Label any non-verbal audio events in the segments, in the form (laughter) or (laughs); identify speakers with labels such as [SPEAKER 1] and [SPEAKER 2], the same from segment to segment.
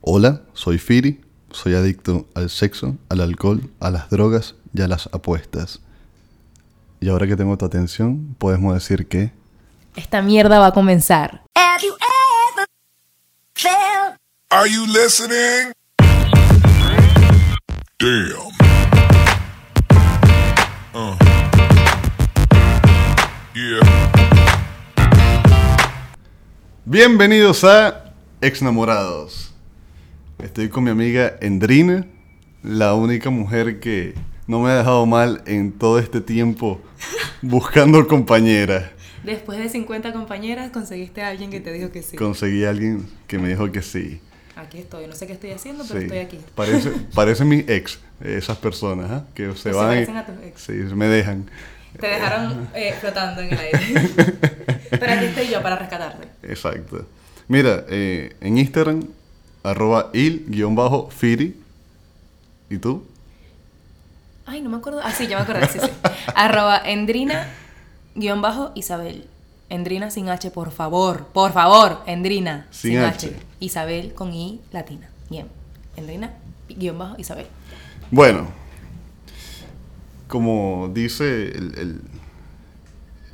[SPEAKER 1] Hola, soy Firi, soy adicto al sexo, al alcohol, a las drogas y a las apuestas. Y ahora que tengo tu atención, podemos decir que...
[SPEAKER 2] Esta mierda va a comenzar.
[SPEAKER 3] Have you ever felt
[SPEAKER 4] Are you listening? Damn. Uh. Yeah.
[SPEAKER 1] Bienvenidos a Exnamorados. Estoy con mi amiga Endrina, la única mujer que no me ha dejado mal en todo este tiempo buscando compañera.
[SPEAKER 2] Después de 50 compañeras, conseguiste a alguien que te dijo que sí.
[SPEAKER 1] Conseguí a alguien que me dijo que sí.
[SPEAKER 2] Aquí estoy. No sé qué estoy haciendo, pero
[SPEAKER 1] Sí.
[SPEAKER 2] estoy aquí.
[SPEAKER 1] Parece,
[SPEAKER 2] (laughs)
[SPEAKER 1] parecen mis ex, esas personas ¿ah? que se
[SPEAKER 2] se
[SPEAKER 1] van. y-
[SPEAKER 2] parecen a tus ex.
[SPEAKER 1] Sí, me dejan.
[SPEAKER 2] Te dejaron eh, flotando en el aire.
[SPEAKER 1] (laughs)
[SPEAKER 2] pero aquí estoy yo para rescatarte.
[SPEAKER 1] Exacto. Mira, eh, en Instagram, arroba il-firi. ¿Y tú?
[SPEAKER 2] Ay, no me acuerdo. Ah, sí, ya me acordé. Sí, sí. Arroba Endrina, guión bajo, Isabel. Endrina sin H, por favor. Por favor, Endrina
[SPEAKER 1] Sin
[SPEAKER 2] sin,
[SPEAKER 1] H.
[SPEAKER 2] H. Isabel con I latina. Bien. Endrina, guión bajo, Isabel.
[SPEAKER 1] Bueno, como dice el, el-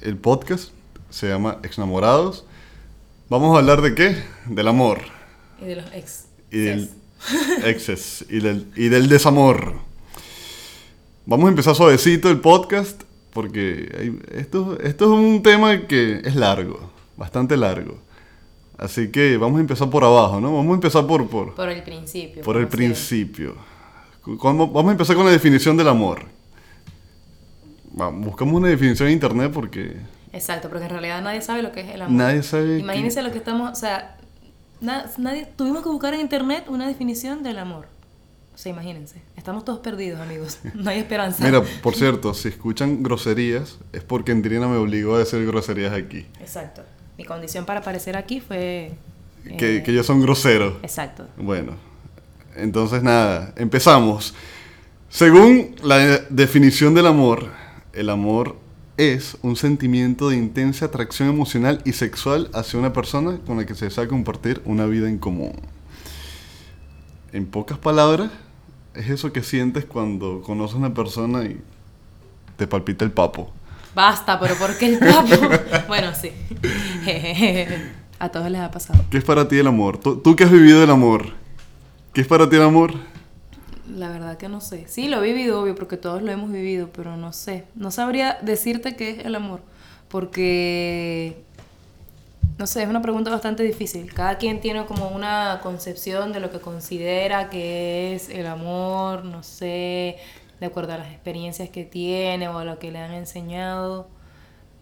[SPEAKER 1] el podcast, se llama Exnamorados. Vamos a hablar de qué? Del amor.
[SPEAKER 2] Y de los ex.
[SPEAKER 1] Y
[SPEAKER 2] (laughs)
[SPEAKER 1] del exes. Y del, y del desamor. Vamos a empezar suavecito el podcast porque hay- esto, esto es un tema que es largo, bastante largo. Así que vamos a empezar por abajo, ¿no? Vamos a empezar por, por,
[SPEAKER 2] Por el principio.
[SPEAKER 1] por el
[SPEAKER 2] como siempre.
[SPEAKER 1] principio. ¿Cómo- Vamos a empezar con la definición del amor. Va, Buscamos una definición en internet porque
[SPEAKER 2] Exacto, porque en realidad nadie sabe lo que es el amor.
[SPEAKER 1] nadie sabe.
[SPEAKER 2] Imagínense
[SPEAKER 1] qué-
[SPEAKER 2] lo que estamos, o sea, na- nadie, tuvimos que buscar en internet una definición del amor. O sea, imagínense, estamos todos perdidos, amigos. (laughs) No hay esperanza.
[SPEAKER 1] Mira, por cierto, si escuchan groserías es porque Andrina me obligó a decir groserías aquí.
[SPEAKER 2] Exacto. Mi condición para aparecer aquí fue...
[SPEAKER 1] Que,
[SPEAKER 2] eh,
[SPEAKER 1] que ellos son groseros.
[SPEAKER 2] Exacto.
[SPEAKER 1] Bueno, entonces nada, empezamos. Según la de- definición del amor, el amor es un sentimiento de intensa atracción emocional y sexual hacia una persona con la que se desea compartir una vida en común. En pocas palabras, es eso que sientes cuando conoces a una persona y te palpita el papo.
[SPEAKER 2] Basta, pero ¿por qué el papo? (laughs) bueno, sí. A todos les ha pasado.
[SPEAKER 1] ¿Qué es para ti el amor? Tú, tú que has vivido el amor, ¿qué es para ti el amor?
[SPEAKER 2] La verdad que no sé. Sí, lo he vivido, obvio, porque todos lo hemos vivido, pero no sé. No sabría decirte qué es el amor, porque, no sé, es una pregunta bastante difícil. Cada quien tiene como una concepción de lo que considera que es el amor, no sé, de acuerdo a las experiencias que tiene o a lo que le han enseñado.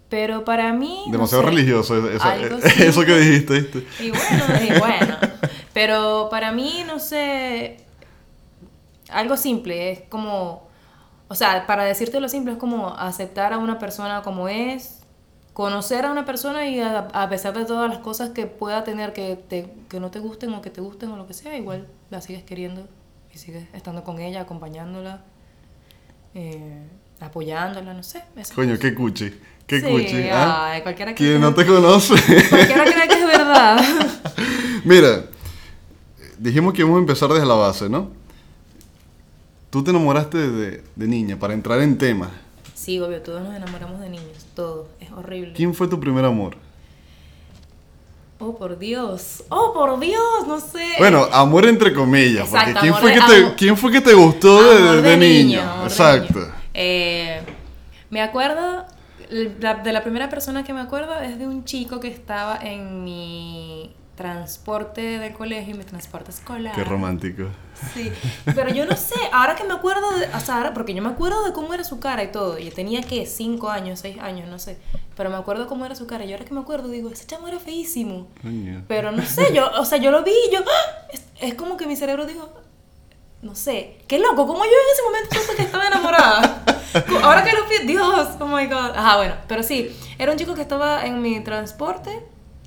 [SPEAKER 2] Pero para mí... no
[SPEAKER 1] Demasiado
[SPEAKER 2] sé.
[SPEAKER 1] religioso eso, (laughs)
[SPEAKER 2] Algo
[SPEAKER 1] eso que
[SPEAKER 2] simple.
[SPEAKER 1] dijiste. ¿viste?
[SPEAKER 2] Y bueno, y bueno. Pero para mí, no sé, algo simple, es como, o sea, para decirte lo simple, es como aceptar a una persona como es, conocer a una persona y a, a pesar de todas las cosas que pueda tener que, te- que no te gusten o que te gusten o lo que sea, igual la sigues queriendo y sigues estando con ella, acompañándola, eh, apoyándola, no sé. esas
[SPEAKER 1] Coño,
[SPEAKER 2] cosas.
[SPEAKER 1] qué cuchi. Qué
[SPEAKER 2] Sí,
[SPEAKER 1] cuchi. ¿ah?
[SPEAKER 2] ay, cualquiera que
[SPEAKER 1] Quien no
[SPEAKER 2] sea.
[SPEAKER 1] te conoce. (laughs)
[SPEAKER 2] Cualquiera cree que es verdad.
[SPEAKER 1] Mira, dijimos que íbamos a empezar desde la base, ¿no? Tú te enamoraste de, de niña, para entrar en tema.
[SPEAKER 2] Sí, obvio, todos nos enamoramos de niños, todos, es horrible.
[SPEAKER 1] ¿Quién fue tu primer amor?
[SPEAKER 2] Oh, por Dios, oh, por Dios, no sé.
[SPEAKER 1] Bueno, amor entre comillas,
[SPEAKER 2] Eh, Exacto,
[SPEAKER 1] porque ¿quién,
[SPEAKER 2] amor
[SPEAKER 1] fue
[SPEAKER 2] de-
[SPEAKER 1] que te,
[SPEAKER 2] amor-
[SPEAKER 1] ¿quién fue que te gustó de,
[SPEAKER 2] Amor
[SPEAKER 1] de- de niño?
[SPEAKER 2] amor de
[SPEAKER 1] Exacto.
[SPEAKER 2] niño. Eh, me acuerdo, la- de la primera persona que me acuerdo es de un chico que estaba en mi transporte del colegio, mi transporte escolar.
[SPEAKER 1] Qué romántico.
[SPEAKER 2] Sí, pero yo no sé, ahora que me acuerdo, de, o sea, ahora- porque yo me acuerdo de cómo era su cara y todo, yo tenía que 5 años, 6 años, no sé, pero me acuerdo cómo era su cara y ahora que me acuerdo digo, ese chamo era feísimo.
[SPEAKER 1] Coño.
[SPEAKER 2] Pero no sé, yo, o sea, yo lo vi y yo, ¡ah! es, es como que mi cerebro dijo, no sé, qué loco, como yo en ese momento supe que estaba enamorada. (laughs) Co- Ahora que lo pienso, Dios, oh my God. Ajá, bueno, pero sí, era un chico que estaba en mi transporte,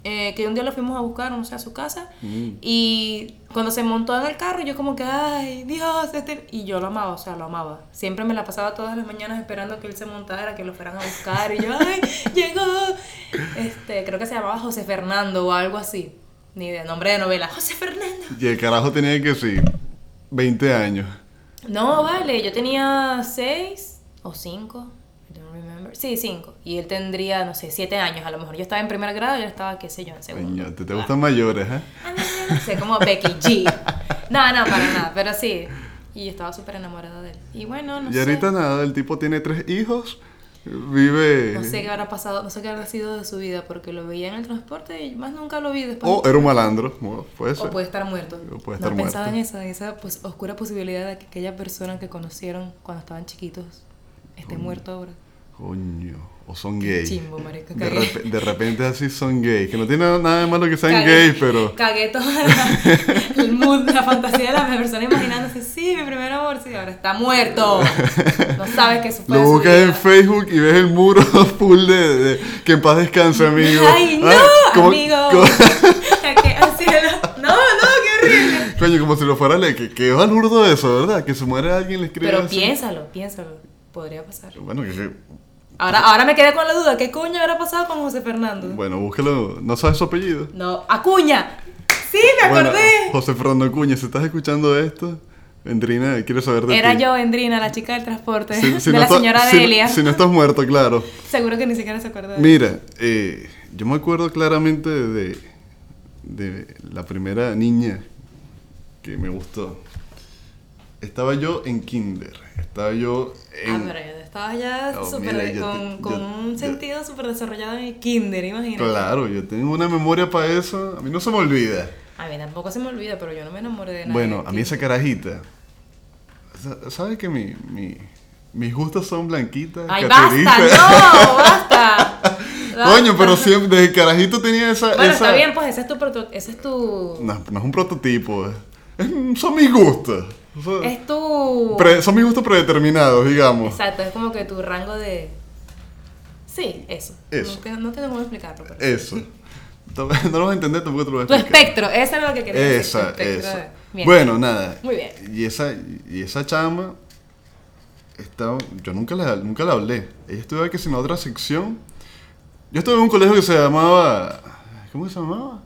[SPEAKER 2] eh, que un día lo fuimos a buscar, no sé, a su casa, y cuando se montó en el carro, yo como que, ay, Dios, este... Y yo lo amaba, o sea, lo amaba. Siempre me la pasaba todas las mañanas esperando que él se montara, que lo fueran a (laughs) buscar, y yo, ay, llegó. Este, creo que se llamaba José Fernando o algo así. Ni idea, nombre de novela. José Fernando.
[SPEAKER 1] Y el carajo tenía que sí, 20 años.
[SPEAKER 2] No, vale, yo tenía 6 o 5. I don't remember. Sí, 5. Y él tendría, no sé, 7 años. A lo mejor yo estaba en primer grado y él estaba, qué sé yo, en segundo.
[SPEAKER 1] Coño, te, te gustan mayores, ¿eh?
[SPEAKER 2] Ah, no sé, como Becky G. No, no, para nada, pero sí. Y yo estaba súper enamorada de él. Y bueno, no
[SPEAKER 1] Y
[SPEAKER 2] sé.
[SPEAKER 1] ahorita nada, el tipo tiene tres hijos, vive...
[SPEAKER 2] No sé qué habrá pasado, no sé qué habrá sido de su vida, porque lo veía en el transporte y más nunca lo vi después.
[SPEAKER 1] O era un malandro, bueno, puede ser.
[SPEAKER 2] pues, O pues, puede estar muerto.
[SPEAKER 1] O puede
[SPEAKER 2] no
[SPEAKER 1] estar
[SPEAKER 2] pensaba
[SPEAKER 1] muerto.
[SPEAKER 2] en esa, en esa pues, oscura posibilidad de que aquella persona que conocieron cuando estaban chiquitos esté
[SPEAKER 1] Mm.
[SPEAKER 2] muerto ahora.
[SPEAKER 1] Coño, o son gays.
[SPEAKER 2] chimbo, marica,
[SPEAKER 1] de,
[SPEAKER 2] cagué.
[SPEAKER 1] repe- de repente así son gays, que no tiene nada de malo que sean
[SPEAKER 2] Cagué-
[SPEAKER 1] gays, pero...
[SPEAKER 2] Cagué
[SPEAKER 1] (laughs)
[SPEAKER 2] toda la, el mood, la fantasía de la persona imaginándose, sí, mi primer amor, sí, ahora está muerto. No sabes que eso fue
[SPEAKER 1] Lo
[SPEAKER 2] de su
[SPEAKER 1] buscas
[SPEAKER 2] vida.
[SPEAKER 1] en Facebook y ves el muro (laughs) full de, de- que en paz descanse, amigo.
[SPEAKER 2] Ay, no,
[SPEAKER 1] Ah, como-
[SPEAKER 2] amigo. (laughs)
[SPEAKER 1] como-
[SPEAKER 2] Saqué al cielo. No, no, qué horrible.
[SPEAKER 1] (laughs) coño, como si lo fuera le que, que balurdo eso, ¿verdad? Que se muere alguien le escribe
[SPEAKER 2] Pero
[SPEAKER 1] así.
[SPEAKER 2] piénsalo, piénsalo. Podría pasar.
[SPEAKER 1] Bueno, que, que-
[SPEAKER 2] Ahora, ahora me quedé con la duda, ¿qué coño habrá pasado con José Fernando?
[SPEAKER 1] bueno, búscalo, no sabes su apellido.
[SPEAKER 2] No, Acuña. Sí, me
[SPEAKER 1] Bueno,
[SPEAKER 2] acordé.
[SPEAKER 1] José Fernando Cuña, si estás escuchando esto, Vendrina, quiero saber de
[SPEAKER 2] Era
[SPEAKER 1] ti.
[SPEAKER 2] yo, Endrina, la chica del transporte,
[SPEAKER 1] Si- si
[SPEAKER 2] de
[SPEAKER 1] no
[SPEAKER 2] la
[SPEAKER 1] estás-
[SPEAKER 2] señora
[SPEAKER 1] si-
[SPEAKER 2] Delia. Pues.
[SPEAKER 1] Si, no estás muerto,
[SPEAKER 2] (laughs)
[SPEAKER 1] claro.
[SPEAKER 2] Seguro que ni siquiera se acuerda de
[SPEAKER 1] Mira, eh, yo me acuerdo claramente de, de la primera niña que me gustó. Estaba yo en kinder, estaba yo
[SPEAKER 2] Ah,
[SPEAKER 1] en...
[SPEAKER 2] pero yo estaba ya
[SPEAKER 1] No,
[SPEAKER 2] súper
[SPEAKER 1] mira, yo
[SPEAKER 2] con,
[SPEAKER 1] te-
[SPEAKER 2] con
[SPEAKER 1] yo-
[SPEAKER 2] un
[SPEAKER 1] yo-
[SPEAKER 2] sentido súper desarrollado en el kinder, imagínate.
[SPEAKER 1] claro, yo tengo una memoria para eso, a mí no se me olvida.
[SPEAKER 2] A mí tampoco se me olvida, pero yo no me enamoré de nadie.
[SPEAKER 1] Bueno,
[SPEAKER 2] en
[SPEAKER 1] a mí esa
[SPEAKER 2] kinder.
[SPEAKER 1] carajita. sa- ¿Sabes que mi, mi- mis gustos son blanquitas?
[SPEAKER 2] ¡Ay,
[SPEAKER 1] caterizas?
[SPEAKER 2] basta! ¡No! ¡Basta!
[SPEAKER 1] (laughs) Coño, pero
[SPEAKER 2] Basta.
[SPEAKER 1] siempre, desde carajito tenía esa.
[SPEAKER 2] Ah.
[SPEAKER 1] esa-
[SPEAKER 2] Bueno, está bien, pues ese es tu... proto- Ese es tu...
[SPEAKER 1] No, no es un prototipo. es- es- son mis gustos. O sea,
[SPEAKER 2] Es tu...
[SPEAKER 1] pre- son mis gustos predeterminados, digamos.
[SPEAKER 2] Exacto, es como que tu rango de... Sí, eso.
[SPEAKER 1] Eso. Eh,
[SPEAKER 2] No, te- no tengo cómo explicarlo. pero-
[SPEAKER 1] Eso. No (laughs) lo vas a entender, tampoco te lo voy a
[SPEAKER 2] Tu
[SPEAKER 1] explicar.
[SPEAKER 2] espectro, eso es lo que quería decir. tu
[SPEAKER 1] Esa,
[SPEAKER 2] espectro
[SPEAKER 1] esa.
[SPEAKER 2] de- Bien.
[SPEAKER 1] Bueno, nada.
[SPEAKER 2] Muy bien.
[SPEAKER 1] Y esa, y esa chama, estaba, yo nunca la, nunca la hablé. Ella estudiaba que si en la otra sección. Yo estuve en un colegio que se llamaba. ¿Cómo se llamaba?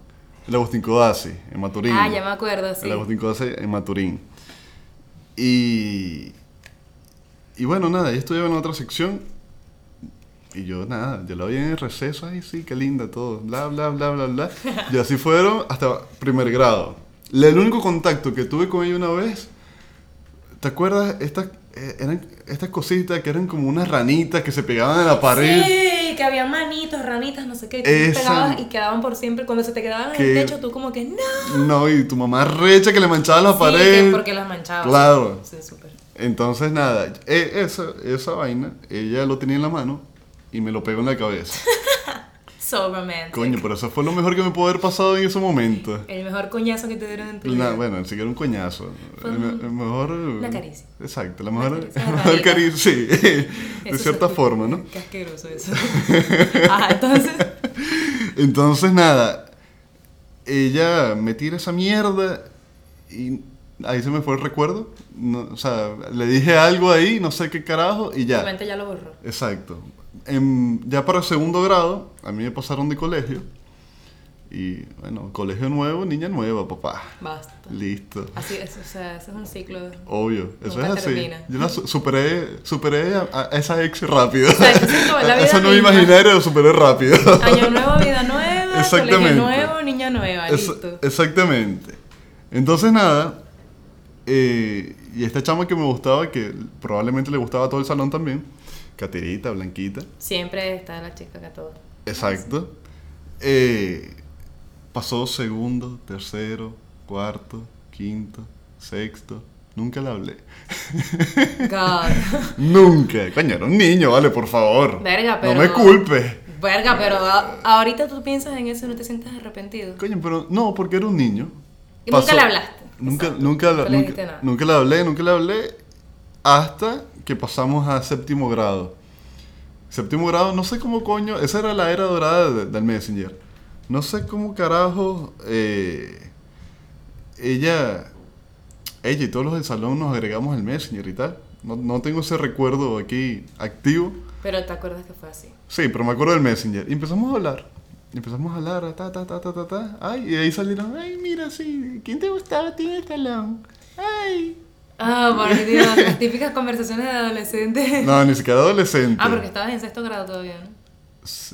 [SPEAKER 1] El Agustín Codazzi, en Maturín.
[SPEAKER 2] Ah, ya me acuerdo, sí.
[SPEAKER 1] El Agustín Codazzi en Maturín. Y. Y bueno, nada, ella estudiaba en la otra sección. Y yo, nada, yo la vi en el receso, ay, sí, qué linda todo, bla, bla, bla, bla, bla. Y así fueron hasta primer grado. La- El único contacto que tuve con ella una vez, ¿te acuerdas? Estas, eh, eran, estas cositas que eran como unas ranitas que se pegaban a la pared.
[SPEAKER 2] Sí, que había manitos, ranitas, no sé qué, que
[SPEAKER 1] Esa-
[SPEAKER 2] tú pegabas y quedaban por siempre. Cuando se te quedaban en
[SPEAKER 1] Que-
[SPEAKER 2] el techo, tú como que no.
[SPEAKER 1] No, y tu mamá recha que le manchaba la
[SPEAKER 2] Sí,
[SPEAKER 1] pared.
[SPEAKER 2] que porque las manchabas.
[SPEAKER 1] Claro.
[SPEAKER 2] Sí, súper.
[SPEAKER 1] Entonces, nada, e- esa, esa vaina, ella lo tenía en la mano y me lo pegó en la
[SPEAKER 2] (laughs)
[SPEAKER 1] cabeza.
[SPEAKER 2] So romantic.
[SPEAKER 1] Coño, pero eso fue lo mejor que me pudo haber pasado en ese momento.
[SPEAKER 2] El mejor coñazo que te dieron en tu vida.
[SPEAKER 1] Na- bueno, ni siquiera un coñazo.
[SPEAKER 2] Fue
[SPEAKER 1] El,
[SPEAKER 2] un-
[SPEAKER 1] el mejor.
[SPEAKER 2] una caricia.
[SPEAKER 1] Exacto, la mejor,
[SPEAKER 2] caricia
[SPEAKER 1] la
[SPEAKER 2] de
[SPEAKER 1] mejor
[SPEAKER 2] barriga.
[SPEAKER 1] caricia, sí. (laughs)
[SPEAKER 2] Eso
[SPEAKER 1] De
[SPEAKER 2] se
[SPEAKER 1] cierta
[SPEAKER 2] escucha-
[SPEAKER 1] forma, ¿no?
[SPEAKER 2] Qué asqueroso eso.
[SPEAKER 1] (laughs)
[SPEAKER 2] Ajá, entonces.
[SPEAKER 1] Entonces, nada. Ella me tira esa mierda y ahí se me fue el recuerdo. No, o sea, le dije algo ahí, no sé qué carajo, y
[SPEAKER 2] Tu
[SPEAKER 1] ya.
[SPEAKER 2] mente ya lo borró.
[SPEAKER 1] Exacto. Em, ya para segundo grado, a mí me pasaron de colegio. Y bueno, colegio nuevo, niña nueva, papá.
[SPEAKER 2] Basta.
[SPEAKER 1] Listo.
[SPEAKER 2] Así es, o sea, eso es
[SPEAKER 1] (laughs)
[SPEAKER 2] un ciclo. O
[SPEAKER 1] Obvio, eso
[SPEAKER 2] Nunca
[SPEAKER 1] es así.
[SPEAKER 2] termina.
[SPEAKER 1] Yo la su- superé, superé a, a esa ex rápido.
[SPEAKER 2] Exacto, sí, como
[SPEAKER 1] (laughs)
[SPEAKER 2] la vida
[SPEAKER 1] Esa no es
[SPEAKER 2] misma.
[SPEAKER 1] imaginaria, lo superé rápido.
[SPEAKER 2] Año nuevo, vida nueva,
[SPEAKER 1] Exactamente.
[SPEAKER 2] colegio nuevo, niña nueva,
[SPEAKER 1] Es-
[SPEAKER 2] Ah, listo.
[SPEAKER 1] exactamente. Entonces, nada. eh, y esta chama que me gustaba, que probablemente le gustaba a todo el salón también, Caterita, Blanquita.
[SPEAKER 2] Siempre está la chica que a todo.
[SPEAKER 1] Exacto. Eh, pasó segundo, tercero, cuarto, quinto, sexto. Nunca la hablé.
[SPEAKER 2] God. (laughs)
[SPEAKER 1] Nunca. Coño, era un niño, vale, por favor.
[SPEAKER 2] Verga, pero-
[SPEAKER 1] No me culpes.
[SPEAKER 2] Verga, pero a- ahorita tú piensas en eso y no te sientes arrepentido.
[SPEAKER 1] Coño, pero no, porque era un niño.
[SPEAKER 2] Y nunca le hablaste.
[SPEAKER 1] Nunca,
[SPEAKER 2] Exacto.
[SPEAKER 1] nunca,
[SPEAKER 2] No
[SPEAKER 1] la-
[SPEAKER 2] le dijiste
[SPEAKER 1] nunca,
[SPEAKER 2] nada.
[SPEAKER 1] nunca le hablé, nunca le hablé. Hasta que pasamos a séptimo grado. Séptimo grado, no sé cómo coño. Esa era la era dorada de- del Messenger. No sé cómo carajo. eh, ella. Ella y todos los del salón nos agregamos al Messenger y tal. No, no tengo ese recuerdo aquí activo.
[SPEAKER 2] Pero te acuerdas que fue así.
[SPEAKER 1] Sí, pero me acuerdo del Messenger. Y empezamos a hablar. Y empezamos a hablar, ta, ta, ta, ta, ta, ta. Ay, y ahí salieron, ay, mira, sí, ¿quién te gustaba a ti en el salón? Ay.
[SPEAKER 2] Ah,
[SPEAKER 1] (laughs)
[SPEAKER 2] por Dios, las típicas conversaciones de adolescentes.
[SPEAKER 1] No, ni siquiera adolescente.
[SPEAKER 2] Ah, porque estabas en sexto grado todavía, ¿no?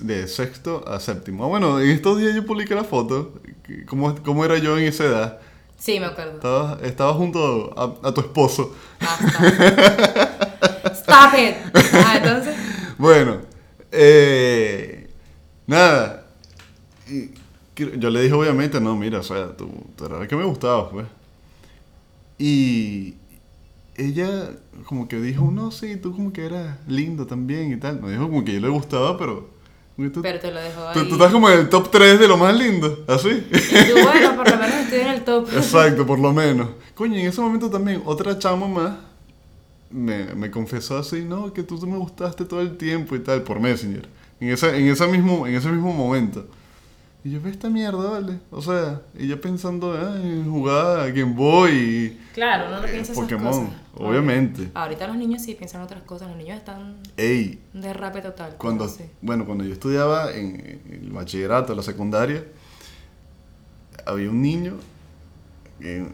[SPEAKER 1] De sexto a séptimo. Ah, bueno, en estos días yo publiqué la foto. que- ¿Cómo, cómo era yo en esa edad?
[SPEAKER 2] Sí, me acuerdo.
[SPEAKER 1] Estaba, estaba junto a, a tu esposo.
[SPEAKER 2] Basta. Stop it. Ah, entonces.
[SPEAKER 1] Bueno, eh, nada. Y que- yo le dije, obviamente, no, mira, o sea, tú, tú eras la que me gustaba, pues. Y ella como que dijo, no, sí, tú como que eras lindo también y tal. Me dijo como que yo le gustaba, pero... como que Tú,
[SPEAKER 2] Pero te lo dejo
[SPEAKER 1] tú-
[SPEAKER 2] ahí.
[SPEAKER 1] tú estás como en el top 3 de lo más lindo, así.
[SPEAKER 2] Y tú, bueno, por lo menos estoy en el top.
[SPEAKER 1] Exacto, por lo menos. Coño, en ese momento también otra chama más me, me confesó así, no, que tú me gustaste todo el tiempo y tal, por Messenger. En, esa, en, esa mismo, en ese mismo momento. Y yo, ve esta mierda, vale. O sea, y yo pensando ah, en jugar a Game Boy y
[SPEAKER 2] Claro, uno no
[SPEAKER 1] eh,
[SPEAKER 2] piensa esas
[SPEAKER 1] Pokémon,
[SPEAKER 2] cosas.
[SPEAKER 1] obviamente.
[SPEAKER 2] Ahorita los niños sí piensan otras cosas. Los niños están
[SPEAKER 1] Ey,
[SPEAKER 2] un derrape total.
[SPEAKER 1] cuando,
[SPEAKER 2] Sí.
[SPEAKER 1] bueno, cuando yo estudiaba en, en el bachillerato, la secundaria, había un niño, que,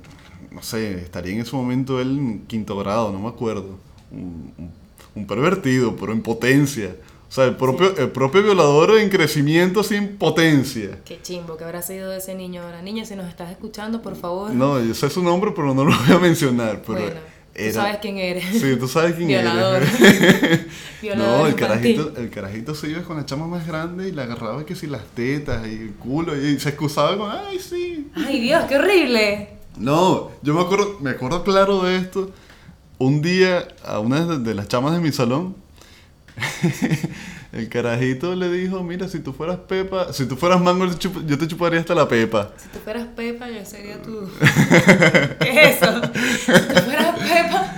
[SPEAKER 1] no sé, estaría en ese momento él en quinto grado, no me acuerdo, un, un- un pervertido, pero en potencia. O sea, el propio, el propio violador en crecimiento sin potencia.
[SPEAKER 2] Qué chimbo que habrá sido de ese niño ahora. Niño, si nos estás escuchando, por favor.
[SPEAKER 1] No, yo sé su nombre, pero no lo voy a mencionar. Pero
[SPEAKER 2] bueno,
[SPEAKER 1] era-
[SPEAKER 2] tú sabes quién eres.
[SPEAKER 1] Sí, tú sabes quién
[SPEAKER 2] Violador.
[SPEAKER 1] eres.
[SPEAKER 2] (laughs) Violador
[SPEAKER 1] no, el
[SPEAKER 2] infantil.
[SPEAKER 1] carajito, el carajito se iba con la chama más grande y le agarraba que si las tetas y el culo y se excusaba con, ay, sí.
[SPEAKER 2] Ay, Dios, qué horrible.
[SPEAKER 1] No, yo me acuerdo, me acuerdo claro de esto. Un día a una de, de las chamas de mi salón, (laughs) el carajito le dijo, mira, si tú fueras Pepa, si tú fueras Mango, yo te chup- yo te chuparía hasta la Pepa.
[SPEAKER 2] Si tú fueras Pepa, yo
[SPEAKER 1] (laughs)
[SPEAKER 2] sería tú. ¿Qué es eso? Si tú fueras Pepa.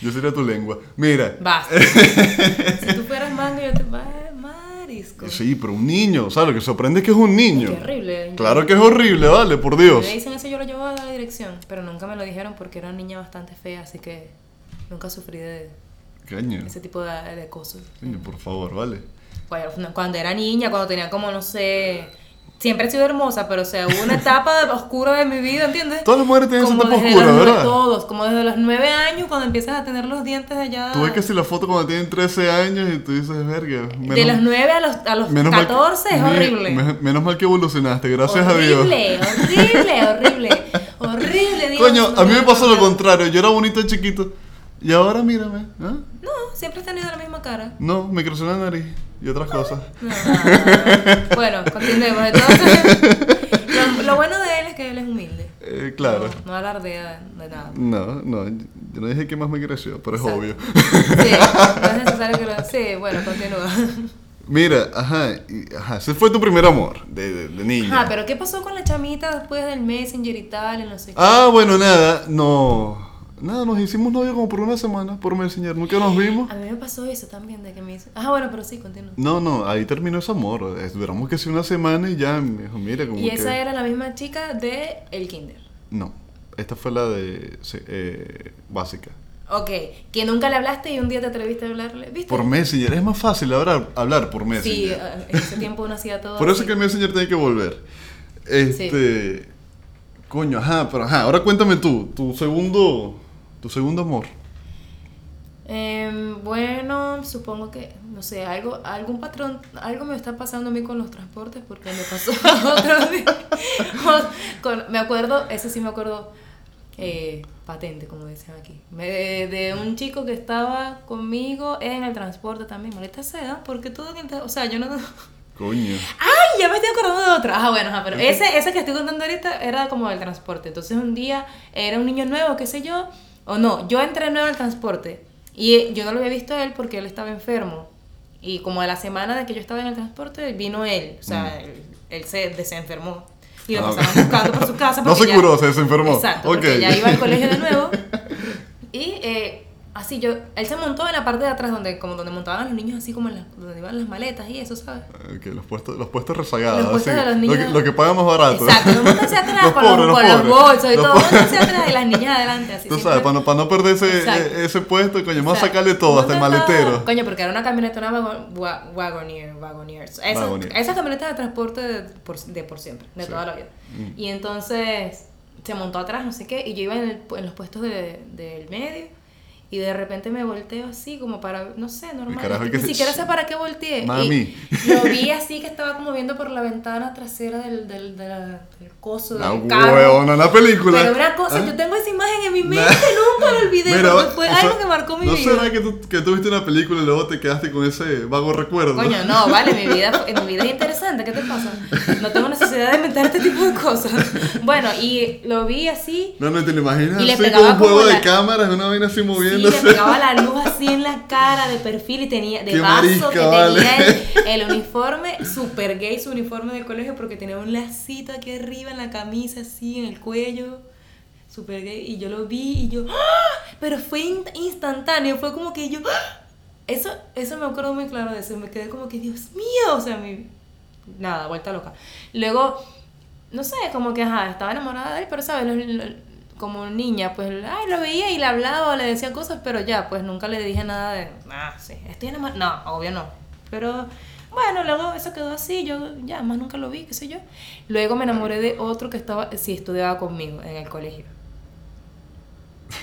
[SPEAKER 1] Yo sería tu lengua. Mira.
[SPEAKER 2] Basta. Si tú fueras mango, yo te. Ma- Marisco.
[SPEAKER 1] Sí, pero un niño, o sea, lo que sorprende es que es un niño.
[SPEAKER 2] Qué horrible.
[SPEAKER 1] Claro que es horrible, vale, por
[SPEAKER 2] Si
[SPEAKER 1] Dios.
[SPEAKER 2] me dicen eso, yo lo llevo a la dirección. Pero nunca me lo dijeron porque era una niña bastante fea, así que nunca sufrí de
[SPEAKER 1] Coño,
[SPEAKER 2] ese tipo de, de cosas.
[SPEAKER 1] coño, por favor, vale.
[SPEAKER 2] Cuando- Cuando era niña, cuando tenía como, no sé. Siempre he sido hermosa, pero o sea, hubo una etapa (laughs) oscura de mi vida, ¿entiendes?
[SPEAKER 1] Todas las mujeres tienen su
[SPEAKER 2] Como
[SPEAKER 1] etapa
[SPEAKER 2] desde
[SPEAKER 1] oscura,
[SPEAKER 2] los nueve-
[SPEAKER 1] ¿verdad?
[SPEAKER 2] Todos, como desde los nueve años, cuando empiezas a tener los dientes allá.
[SPEAKER 1] Tú ves que si la foto cuando tienen 13 años y tú dices, verga, menos,
[SPEAKER 2] de los 9 a los, a los
[SPEAKER 1] menos mal que-
[SPEAKER 2] 14 es
[SPEAKER 1] me-
[SPEAKER 2] horrible.
[SPEAKER 1] me- menos mal que evolucionaste, gracias a Dios. (laughs)
[SPEAKER 2] horrible, horrible, horrible, horrible. Dios,
[SPEAKER 1] Coño,
[SPEAKER 2] no
[SPEAKER 1] a mí me
[SPEAKER 2] puedo
[SPEAKER 1] pasó lo
[SPEAKER 2] contar.
[SPEAKER 1] contrario, yo era bonito de chiquito y ahora mírame, ¿ah?
[SPEAKER 2] No, siempre has tenido la misma cara.
[SPEAKER 1] No, me creció la nariz y otras cosas.
[SPEAKER 2] No.
[SPEAKER 1] (laughs)
[SPEAKER 2] bueno, continuemos. Entonces, lo, lo bueno de él es que él es humilde.
[SPEAKER 1] Eh, claro.
[SPEAKER 2] No, no alardea de nada.
[SPEAKER 1] No, no, yo no dije que más me creció, pero es
[SPEAKER 2] Exacto.
[SPEAKER 1] obvio. (laughs)
[SPEAKER 2] Sí, no es necesario que lo. Sí, bueno, continúa.
[SPEAKER 1] Mira, ajá, y- ajá, ese fue tu primer amor de, de, de niño.
[SPEAKER 2] Ah, pero ¿qué pasó con la chamita después del Messenger y tal? Y no sé qué.
[SPEAKER 1] Ah, bueno, nada, no. Nada, nos hicimos novios como por una semana, por Messenger, nunca nos vimos.
[SPEAKER 2] A mí me pasó eso también, de que me hizo. Ah, bueno, pero sí, continúa.
[SPEAKER 1] No, no, ahí terminó ese amor. eh, Duramos que sí una semana y ya me dijo, mira, como
[SPEAKER 2] Y
[SPEAKER 1] que.
[SPEAKER 2] esa era la misma chica de El Kinder.
[SPEAKER 1] No, esta fue la de. sí, eh, básica.
[SPEAKER 2] Ok, que nunca le hablaste y un día te atreviste a hablarle, ¿viste?
[SPEAKER 1] Por Messenger, es más fácil hablar, hablar por
[SPEAKER 2] Sí, ah,
[SPEAKER 1] Messenger.
[SPEAKER 2] eh, en ese tiempo uno hacía todo
[SPEAKER 1] Por eso
[SPEAKER 2] así.
[SPEAKER 1] que el Messenger tiene que volver. Este. Coño, ajá, pero ajá, ahora cuéntame tú, tu segundo. Tu segundo amor.
[SPEAKER 2] Em, bueno, supongo que, no sé, algo, algún patrón, algo me está pasando a mí con los transportes porque me pasó (laughs) otro día. Con- me acuerdo, ese sí me acuerdo, eh, patente, como dicen aquí, Me- de, de un chico que estaba conmigo en el transporte también, maleta sea, porque todo en el, tra- o sea, yo no...
[SPEAKER 1] Coño.
[SPEAKER 2] ¡Ay! Ya me estoy acordando de otra. Ah, bueno, ajá, pero ese, ese que estoy contando ahorita era como del transporte. Entonces un día era un niño nuevo, qué sé yo, o no, yo entré nuevo al transporte y eh, yo no lo había visto a él porque él estaba enfermo. Y como a la semana de que yo estaba en el transporte, vino él. O sea, él, él se desenfermó. Y lo
[SPEAKER 1] Mm. Ah,
[SPEAKER 2] pasaban
[SPEAKER 1] ok.
[SPEAKER 2] buscando por su casa.
[SPEAKER 1] (laughs) No
[SPEAKER 2] porque
[SPEAKER 1] se
[SPEAKER 2] ya-
[SPEAKER 1] curó, se desenfermó.
[SPEAKER 2] Exacto.
[SPEAKER 1] Ok. (laughs)
[SPEAKER 2] Porque ya iba al colegio de nuevo. Y eh, Así yo, él se montó en la parte de atrás donde como donde montaban los niños así como en la- donde iban las maletas y eso, ¿sabes?
[SPEAKER 1] Eh, Que los puestos, los puestos rezagados.
[SPEAKER 2] Los puestos de los niños-
[SPEAKER 1] Lo que, lo que paga más barato.
[SPEAKER 2] Exacto, los montan hacia
[SPEAKER 1] (laughs)
[SPEAKER 2] atrás
[SPEAKER 1] Los
[SPEAKER 2] con,
[SPEAKER 1] pobres,
[SPEAKER 2] los, con los
[SPEAKER 1] pobres.
[SPEAKER 2] bolsos y
[SPEAKER 1] Los
[SPEAKER 2] todo,
[SPEAKER 1] pobres.
[SPEAKER 2] montan hacia atrás y las niñas adelante, así.
[SPEAKER 1] Tú
[SPEAKER 2] siempre.
[SPEAKER 1] sabes, para no, para no perder ese,
[SPEAKER 2] Exacto.
[SPEAKER 1] ese puesto, coño,
[SPEAKER 2] O
[SPEAKER 1] más
[SPEAKER 2] sea,
[SPEAKER 1] sacarle todo, hasta el
[SPEAKER 2] montan todo.
[SPEAKER 1] maletero.
[SPEAKER 2] Coño, porque era una camioneta, una wagon- wa- Wagoneer, Wagoneer. Esas,
[SPEAKER 1] Wagoneer.
[SPEAKER 2] esas camionetas de transporte de por, de por siempre, de
[SPEAKER 1] Sí. Mm.
[SPEAKER 2] toda la vida. Y entonces se montó atrás, no sé qué, y yo iba en, el- en los puestos de- del medio. Y de repente me volteo así, como para, no sé, normal.
[SPEAKER 1] carajo,
[SPEAKER 2] ni
[SPEAKER 1] que se-
[SPEAKER 2] siquiera sé para qué volteé.
[SPEAKER 1] Mami.
[SPEAKER 2] Y lo
[SPEAKER 1] (laughs)
[SPEAKER 2] vi así que estaba como viendo por la ventana trasera del, del, de la- del coso,
[SPEAKER 1] La
[SPEAKER 2] del carro.
[SPEAKER 1] huevona, la película.
[SPEAKER 2] Pero una cosa,
[SPEAKER 1] ¿Ah?
[SPEAKER 2] yo tengo esa imagen en mi
[SPEAKER 1] Nah.
[SPEAKER 2] mente, nunca la olvidé.
[SPEAKER 1] Mira,
[SPEAKER 2] porque fue
[SPEAKER 1] o
[SPEAKER 2] algo
[SPEAKER 1] sea,
[SPEAKER 2] que marcó mi
[SPEAKER 1] ¿no
[SPEAKER 2] vida.
[SPEAKER 1] será que tú, que tú viste una película y luego te quedaste con ese vago recuerdo?
[SPEAKER 2] Coño, no, vale, mi vida, mi vida es interesante, ¿qué te pasa? No tengo necesidad de inventar este tipo de cosas. Bueno, y lo vi así,
[SPEAKER 1] No, no te lo imaginas
[SPEAKER 2] Y le
[SPEAKER 1] así como
[SPEAKER 2] pegaba
[SPEAKER 1] un juego
[SPEAKER 2] como
[SPEAKER 1] de
[SPEAKER 2] la-
[SPEAKER 1] cámaras, una vaina así
[SPEAKER 2] sí,
[SPEAKER 1] moviéndose.
[SPEAKER 2] le pegaba la luz así en la cara de perfil y tenía, de
[SPEAKER 1] Qué
[SPEAKER 2] vaso,
[SPEAKER 1] marica,
[SPEAKER 2] que
[SPEAKER 1] vale.
[SPEAKER 2] tenía
[SPEAKER 1] (laughs)
[SPEAKER 2] el, el uniforme, super gay su uniforme de colegio, porque tenía un lacito aquí arriba en la camisa, así, en el cuello. Super gay, y yo lo vi y yo, ¡ah! pero fue in- instantáneo, fue como que yo, ¡ah! Eso, eso me acuerdo muy claro de eso. Me quedé como que, Dios mío, o sea, mi... Nada, vuelta loca. Luego, no sé, como que, ajá, estaba enamorada de él, pero, ¿sabes? Lo- lo- como niña, pues, ay, lo veía y le hablaba, le decía cosas, pero ya, pues nunca le dije nada de, ah, sí, estoy enamorada. No, obvio no. Pero, bueno, luego eso quedó así, yo ya, más nunca lo vi, qué sé yo. Luego me enamoré de otro que estaba, sí, estudiaba conmigo en el colegio.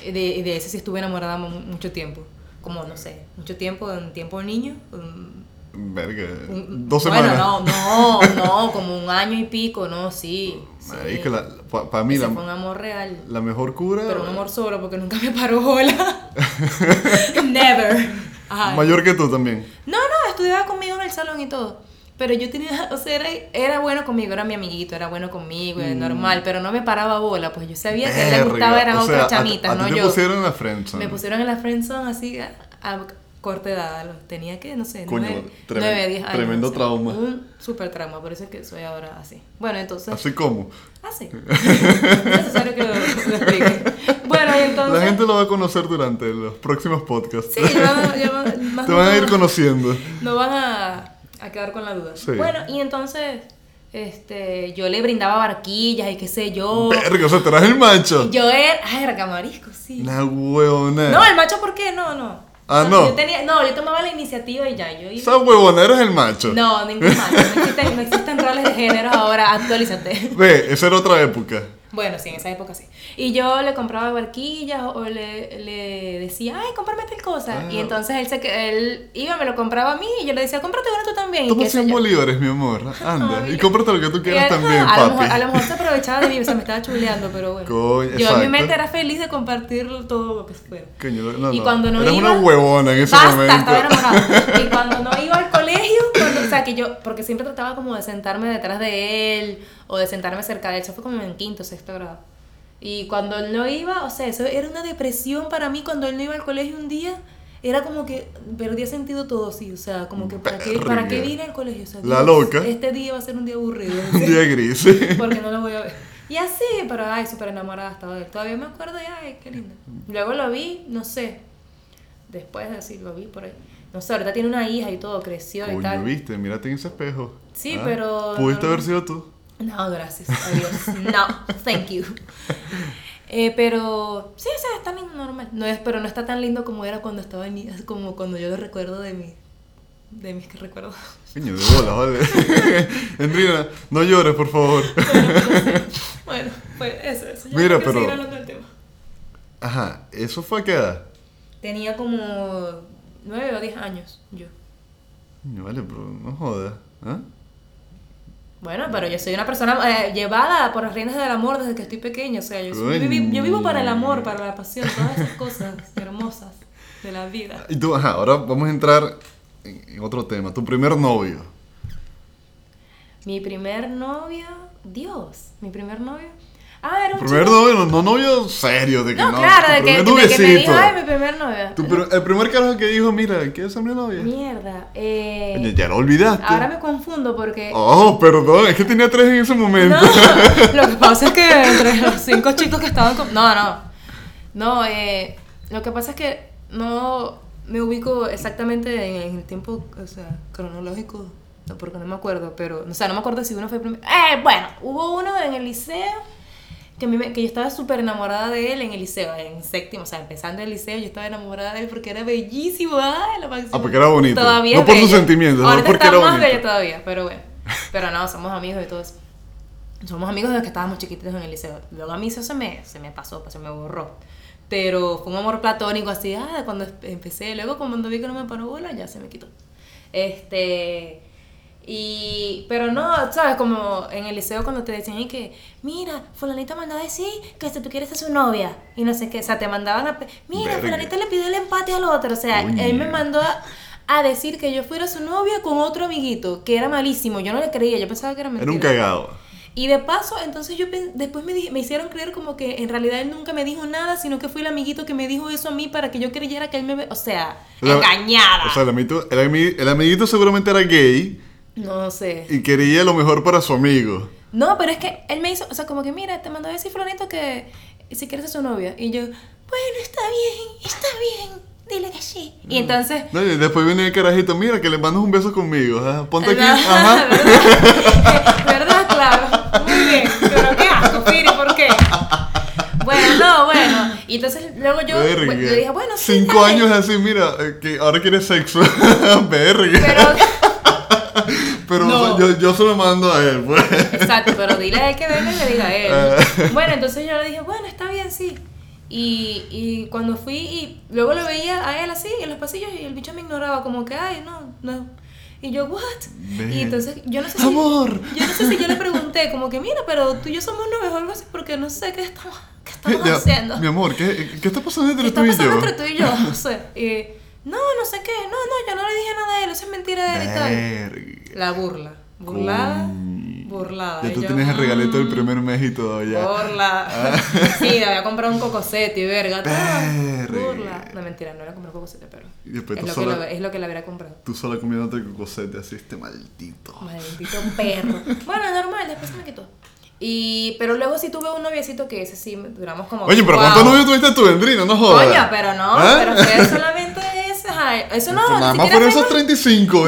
[SPEAKER 2] Y de, y de ese sí estuve enamorada mu- mucho tiempo. Como, no sé, mucho tiempo, un tiempo niño. un-
[SPEAKER 1] Verga,
[SPEAKER 2] un-
[SPEAKER 1] dos
[SPEAKER 2] bueno,
[SPEAKER 1] semanas.
[SPEAKER 2] no, no, no, como un año y pico, no, sí.
[SPEAKER 1] Marico,
[SPEAKER 2] sí.
[SPEAKER 1] para mí
[SPEAKER 2] Ese
[SPEAKER 1] la,
[SPEAKER 2] fue un amor real.
[SPEAKER 1] la mejor cura,
[SPEAKER 2] Pero un amor solo, porque nunca me
[SPEAKER 1] (laughs)
[SPEAKER 2] paró bola. Never. Ajá.
[SPEAKER 1] mayor que tú también.
[SPEAKER 2] No, no, estudiaba conmigo en el salón y todo. Pero yo tenía, (laughs) o sea, era, era bueno conmigo, era mi amiguito, era bueno conmigo, era normal, pero no me paraba bola, pues yo sabía que a él le
[SPEAKER 1] Mm. Verga,
[SPEAKER 2] gustaba, eran
[SPEAKER 1] o sea,
[SPEAKER 2] otras
[SPEAKER 1] a-
[SPEAKER 2] chamitas,
[SPEAKER 1] a ti
[SPEAKER 2] no
[SPEAKER 1] te
[SPEAKER 2] yo.
[SPEAKER 1] pusieron en la frente.
[SPEAKER 2] Me pusieron en la friendzone así a, a corta edad. lo- Tenía que, no sé,
[SPEAKER 1] Coño,
[SPEAKER 2] nueve,
[SPEAKER 1] tremen-
[SPEAKER 2] nueve, diez años.
[SPEAKER 1] tremendo
[SPEAKER 2] o sea,
[SPEAKER 1] trauma.
[SPEAKER 2] Un súper trauma, por eso es que soy ahora así. Bueno, entonces.
[SPEAKER 1] Así como. (laughs)
[SPEAKER 2] Así. (laughs) es necesario que lo, lo explique. Bueno, y
[SPEAKER 1] (laughs)
[SPEAKER 2] entonces.
[SPEAKER 1] La gente lo va a conocer durante los próximos podcasts.
[SPEAKER 2] Sí,
[SPEAKER 1] (laughs)
[SPEAKER 2] ya van- ya van- más
[SPEAKER 1] Te van a ir
[SPEAKER 2] no-
[SPEAKER 1] conociendo.
[SPEAKER 2] No van a, a quedar con la duda.
[SPEAKER 1] Sí.
[SPEAKER 2] Bueno, y entonces. Este, yo le brindaba barquillas y qué sé yo.
[SPEAKER 1] Verga, o sea, te eras el macho.
[SPEAKER 2] Oh. Yo era. Ay, era camarisco, sí.
[SPEAKER 1] La huevona.
[SPEAKER 2] No, el macho, ¿por qué? No, no.
[SPEAKER 1] Ah,
[SPEAKER 2] O sea,
[SPEAKER 1] no.
[SPEAKER 2] Yo tenía, no, yo tomaba la iniciativa y ya. Yo iba.
[SPEAKER 1] Esa huevona eres el macho.
[SPEAKER 2] No, ningún macho. No existen, no existen roles de género ahora. Actualízate.
[SPEAKER 1] Ve, esa era otra época.
[SPEAKER 2] Bueno, sí, en esa época sí. Y yo le compraba barquillas o le, le decía, ay, cómprame tal cosa.
[SPEAKER 1] Ah.
[SPEAKER 2] Y entonces él, se, que- él iba, me lo compraba a mí y yo le decía, cómprate uno tú también. y
[SPEAKER 1] Toma
[SPEAKER 2] qué sé
[SPEAKER 1] 100
[SPEAKER 2] yo.
[SPEAKER 1] bolívares, mi amor. Anda.
[SPEAKER 2] Ay.
[SPEAKER 1] y cómprate lo que tú
[SPEAKER 2] Y él,
[SPEAKER 1] quieras también,
[SPEAKER 2] "Ah, a, lo
[SPEAKER 1] papi.
[SPEAKER 2] mejor, a lo mejor se aprovechaba de mí, o sea, me estaba chuleando, pero bueno.
[SPEAKER 1] Coño,
[SPEAKER 2] yo en mi
[SPEAKER 1] exacto.
[SPEAKER 2] mente era feliz de compartir todo lo que fuera.
[SPEAKER 1] Coño, no,
[SPEAKER 2] y
[SPEAKER 1] no.
[SPEAKER 2] cuando no
[SPEAKER 1] Eres
[SPEAKER 2] iba,
[SPEAKER 1] una huevona en ese
[SPEAKER 2] basta,
[SPEAKER 1] momento. (laughs)
[SPEAKER 2] estaba enamorada. Y cuando no iba al colegio, cuando- o sea, que yo, porque siempre trataba como de sentarme detrás de él o de sentarme cerca de él, eso fue como en quinto, sexto grado. Y cuando él no iba, o sea, eso era una depresión para mí cuando él no iba al colegio un día. Era como que perdía sentido todo, sí. O sea, como que ¿para qué, ¿para qué
[SPEAKER 1] Verga.
[SPEAKER 2] vine al colegio? O sea,
[SPEAKER 1] La
[SPEAKER 2] Dios,
[SPEAKER 1] loca.
[SPEAKER 2] Este día va a ser un día
[SPEAKER 1] (laughs)
[SPEAKER 2] aburrido.
[SPEAKER 1] Un día gris. (laughs)
[SPEAKER 2] porque no lo voy a ver. Y así, pero ay, súper enamorada estaba de él. Todavía me acuerdo y ay, qué lindo. Luego lo vi, no sé, después de decir, lo vi por ahí. No sé, ahorita tiene una hija y todo, creció y
[SPEAKER 1] Coño,
[SPEAKER 2] tal.
[SPEAKER 1] viste, mírate en ese espejo. Ah,
[SPEAKER 2] Sí, pero-
[SPEAKER 1] Pudiste haber sido tú.
[SPEAKER 2] No, gracias, adiós. No, thank you. Eh, pero sí, o sea, está lindo, normal. No es, pero no está tan lindo como era cuando estaba niña, como cuando yo lo recuerdo de mi, de mis recuerdos.
[SPEAKER 1] Coño, de bola, vale. (laughs) Enrina, no llores, por favor.
[SPEAKER 2] (laughs)
[SPEAKER 1] (laughs)
[SPEAKER 2] Bueno, pues eso, eso. Ya
[SPEAKER 1] Mira,
[SPEAKER 2] no quiero
[SPEAKER 1] pero-
[SPEAKER 2] seguir hablando del tema.
[SPEAKER 1] Ajá, ¿eso fue a qué edad?
[SPEAKER 2] Tenía como nueve o diez años yo.
[SPEAKER 1] Coño, vale, pero no jodas. ¿Ah?
[SPEAKER 2] Bueno, pero yo soy una persona eh, llevada por las reinas del amor desde que estoy pequeña. O sea, yo, soy- yo vivi- yo vivo para el amor, para la pasión, todas esas cosas hermosas de la vida.
[SPEAKER 1] Y tú, ajá, ahora vamos a entrar en, en otro tema. Tu primer novio.
[SPEAKER 2] Mi primer novio, Dios, mi primer novio. Ah, era un
[SPEAKER 1] Primer
[SPEAKER 2] chico-
[SPEAKER 1] novio, no, no novio serio, de que
[SPEAKER 2] No,
[SPEAKER 1] no.
[SPEAKER 2] claro,
[SPEAKER 1] tu
[SPEAKER 2] de que,
[SPEAKER 1] primer
[SPEAKER 2] de que me dijo,
[SPEAKER 1] noviecito.
[SPEAKER 2] ay, mi primer novio.
[SPEAKER 1] Tu pr- el primer carajo que dijo, mira, ¿quieres ser mi novia?
[SPEAKER 2] Mierda.
[SPEAKER 1] Coño,
[SPEAKER 2] Eh,
[SPEAKER 1] ya lo olvidaste.
[SPEAKER 2] ahora me confundo porque.
[SPEAKER 1] Oh, perdón, es que tenía tres en ese momento.
[SPEAKER 2] No,
[SPEAKER 1] (laughs)
[SPEAKER 2] lo que pasa es que entre los cinco chicos que estaban con... No, no. No, eh, lo que pasa es que no me ubico exactamente en el tiempo, o sea, cronológico, no, porque no me acuerdo, pero, o sea, no me acuerdo si uno fue primero. Eh, bueno, hubo uno en el liceo que, a mí me- que yo estaba súper enamorada de él en el liceo, en séptimo, o sea, empezando el liceo, yo estaba enamorada de él porque era bellísimo, ay, lo máximo.
[SPEAKER 1] Ah, porque era bonito.
[SPEAKER 2] Todavía
[SPEAKER 1] No
[SPEAKER 2] es
[SPEAKER 1] por sus
[SPEAKER 2] bello.
[SPEAKER 1] sentimientos, no,
[SPEAKER 2] Ahorita
[SPEAKER 1] porque
[SPEAKER 2] está
[SPEAKER 1] era
[SPEAKER 2] más
[SPEAKER 1] bonito.
[SPEAKER 2] bello todavía, pero bueno. Pero no, somos amigos y todo eso. Somos amigos desde que estábamos chiquititos en el liceo. Luego a mí eso se me, se me pasó, pues, se me borró. Pero fue un amor platónico así, ah, de cuando empecé. Luego cuando vi que no me paró bola, ya se me quitó. Este... Y, pero no, sabes, como en el liceo cuando te decían y que, mira, fulanita mandó a decir que si tú quieres ser su novia, y no sé qué, o sea, te mandaban a, pe- mira,
[SPEAKER 1] Verga.
[SPEAKER 2] fulanita le pidió el empate al otro, o sea,
[SPEAKER 1] Coño.
[SPEAKER 2] él me mandó a, a decir que yo fuera su novia con otro amiguito, que era malísimo, yo no le creía, yo pensaba que era mentira.
[SPEAKER 1] Era un cagado.
[SPEAKER 2] Y de paso, entonces yo pen- después me, dije- me hicieron creer como que en realidad él nunca me dijo nada, sino que fue el amiguito que me dijo eso a mí para que yo creyera que él me... ve- O sea,
[SPEAKER 1] La-
[SPEAKER 2] engañada.
[SPEAKER 1] O sea, el amiguito, el ami- el amiguito seguramente era gay
[SPEAKER 2] no sé.
[SPEAKER 1] y quería lo mejor para su amigo.
[SPEAKER 2] No, pero es que él me hizo, o sea, como que mira, te mandó a decir Florito que si quieres ser su novia. Y yo, bueno, está bien, está bien, dile que sí. Y
[SPEAKER 1] Mm.
[SPEAKER 2] entonces...
[SPEAKER 1] No, y después viene el carajito, mira que le mandas un beso conmigo. ah, Ponte aquí.
[SPEAKER 2] No,
[SPEAKER 1] Ajá.
[SPEAKER 2] (laughs) ¿verdad? ¿Verdad? Claro. Muy bien. Pero qué asco, Piri, ¿por qué? Bueno, no, bueno. Y entonces luego yo
[SPEAKER 1] Verga.
[SPEAKER 2] bueno, le dije, bueno, sí.
[SPEAKER 1] Cinco
[SPEAKER 2] dale.
[SPEAKER 1] años así, mira, eh, que ahora quiere sexo. (laughs) Verga. (laughs)
[SPEAKER 2] Pero,
[SPEAKER 1] Pero
[SPEAKER 2] No.
[SPEAKER 1] yo, yo se lo mando a él, pues. (laughs)
[SPEAKER 2] exacto, pero dile a él que venga y le diga a
[SPEAKER 1] Ah.
[SPEAKER 2] él. Bueno, entonces yo le dije, bueno, está bien, sí. Y, y cuando fui, y luego lo veía a él así en los pasillos y el bicho me ignoraba, como que, ay, no, no. Y yo, ¿what?
[SPEAKER 1] Verga.
[SPEAKER 2] Y entonces yo no sé si.
[SPEAKER 1] Amor.
[SPEAKER 2] Yo no sé si yo le pregunté, como que, mira, pero tú y yo somos novios o algo así, porque no sé qué estamos, qué estamos
[SPEAKER 1] Ya,
[SPEAKER 2] haciendo.
[SPEAKER 1] Mi amor, ¿qué, qué está pasando
[SPEAKER 2] ¿Qué
[SPEAKER 1] entre
[SPEAKER 2] está
[SPEAKER 1] tú y
[SPEAKER 2] pasando
[SPEAKER 1] yo?
[SPEAKER 2] entre tú y yo? No sé. Y, no, no sé qué. No, no, yo no le dije nada a él. Eso es mentira de él y tal.
[SPEAKER 1] Verga.
[SPEAKER 2] La burla. Burlada.
[SPEAKER 1] Coño.
[SPEAKER 2] Burlada.
[SPEAKER 1] Ya
[SPEAKER 2] Y
[SPEAKER 1] tú
[SPEAKER 2] yo,
[SPEAKER 1] tienes el regalito del
[SPEAKER 2] mm,
[SPEAKER 1] primer mes y todo ya. Ah.
[SPEAKER 2] Burla. Sí, le había comprado un cocosete y verga. tal.
[SPEAKER 1] Verga.
[SPEAKER 2] Burla. No, mentira, no le compré un cocosete, pero.
[SPEAKER 1] Y después
[SPEAKER 2] Es
[SPEAKER 1] tú
[SPEAKER 2] lo, que
[SPEAKER 1] sola-
[SPEAKER 2] lo- es lo que le habría comprado.
[SPEAKER 1] Tú sola comiéndote el cocosete, así este maldito.
[SPEAKER 2] Maldito perro. Bueno, normal, después se me quitó. Y, pero luego sí tuve un noviecito que ese sí duramos como.
[SPEAKER 1] Oye, pero
[SPEAKER 2] wow.
[SPEAKER 1] ¿cuántos novios tuviste tú, Vendrino? No jodas.
[SPEAKER 2] Coño, pero no,
[SPEAKER 1] ¿Ah?
[SPEAKER 2] pero ustedes
[SPEAKER 1] (laughs)
[SPEAKER 2] solamente es. ajá, Eso no,
[SPEAKER 1] Pues Nada
[SPEAKER 2] ni
[SPEAKER 1] más fueron
[SPEAKER 2] siquiera
[SPEAKER 1] esos
[SPEAKER 2] fuimos-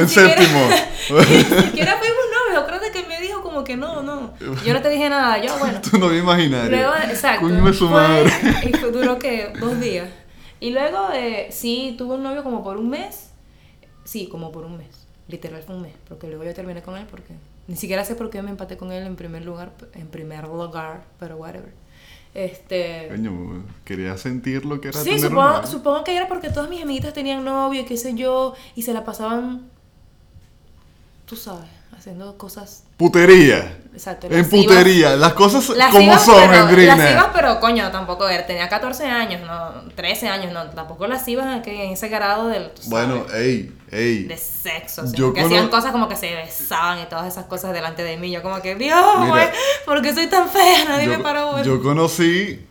[SPEAKER 1] 35 en
[SPEAKER 2] ni siquiera-
[SPEAKER 1] séptimo.
[SPEAKER 2] (laughs)
[SPEAKER 1] (laughs)
[SPEAKER 2] Ni siquiera fuimos novios, acuérdate que me dijo como que no, no. Yo no te dije nada, yo bueno.
[SPEAKER 1] tu novio imaginario.
[SPEAKER 2] Luego, exacto.
[SPEAKER 1] Coño de su
[SPEAKER 2] fue-
[SPEAKER 1] madre.
[SPEAKER 2] y fue- duró que dos días. Y luego eh, sí tuve un novio como por un mes. Sí, como por un mes. Literal fue un mes. Porque luego yo terminé con él porque ni siquiera sé por qué me empaté con él en primer lugar, en primer lugar, pero whatever. Este.
[SPEAKER 1] (laughs) Coño, quería sentir lo que era
[SPEAKER 2] Sí,
[SPEAKER 1] tener
[SPEAKER 2] supongo,
[SPEAKER 1] novio.
[SPEAKER 2] supongo que era porque todas mis amiguitas tenían novio y qué sé yo, y se la pasaban, tú sabes, haciendo cosas.
[SPEAKER 1] Putería.
[SPEAKER 2] Exacto.
[SPEAKER 1] En
[SPEAKER 2] lascivas.
[SPEAKER 1] putería. Las cosas
[SPEAKER 2] Lascivas,
[SPEAKER 1] como son,
[SPEAKER 2] pero- Lascivas,
[SPEAKER 1] Vendrina.
[SPEAKER 2] pero coño, tampoco era. Tenía 14 años, no, 13 años, no, tampoco lascivas en, que- en ese grado del. tú
[SPEAKER 1] Bueno,
[SPEAKER 2] sabes,
[SPEAKER 1] ey, ey.
[SPEAKER 2] de sexo, sino
[SPEAKER 1] yo
[SPEAKER 2] que hacían
[SPEAKER 1] cono-
[SPEAKER 2] cosas como que se besaban y todas esas cosas delante de mí. Yo, como que, Dios,
[SPEAKER 1] Mira.
[SPEAKER 2] güey, ¿por qué soy tan fea? Nadie me paró,
[SPEAKER 1] yo,
[SPEAKER 2] güey.
[SPEAKER 1] yo conocí,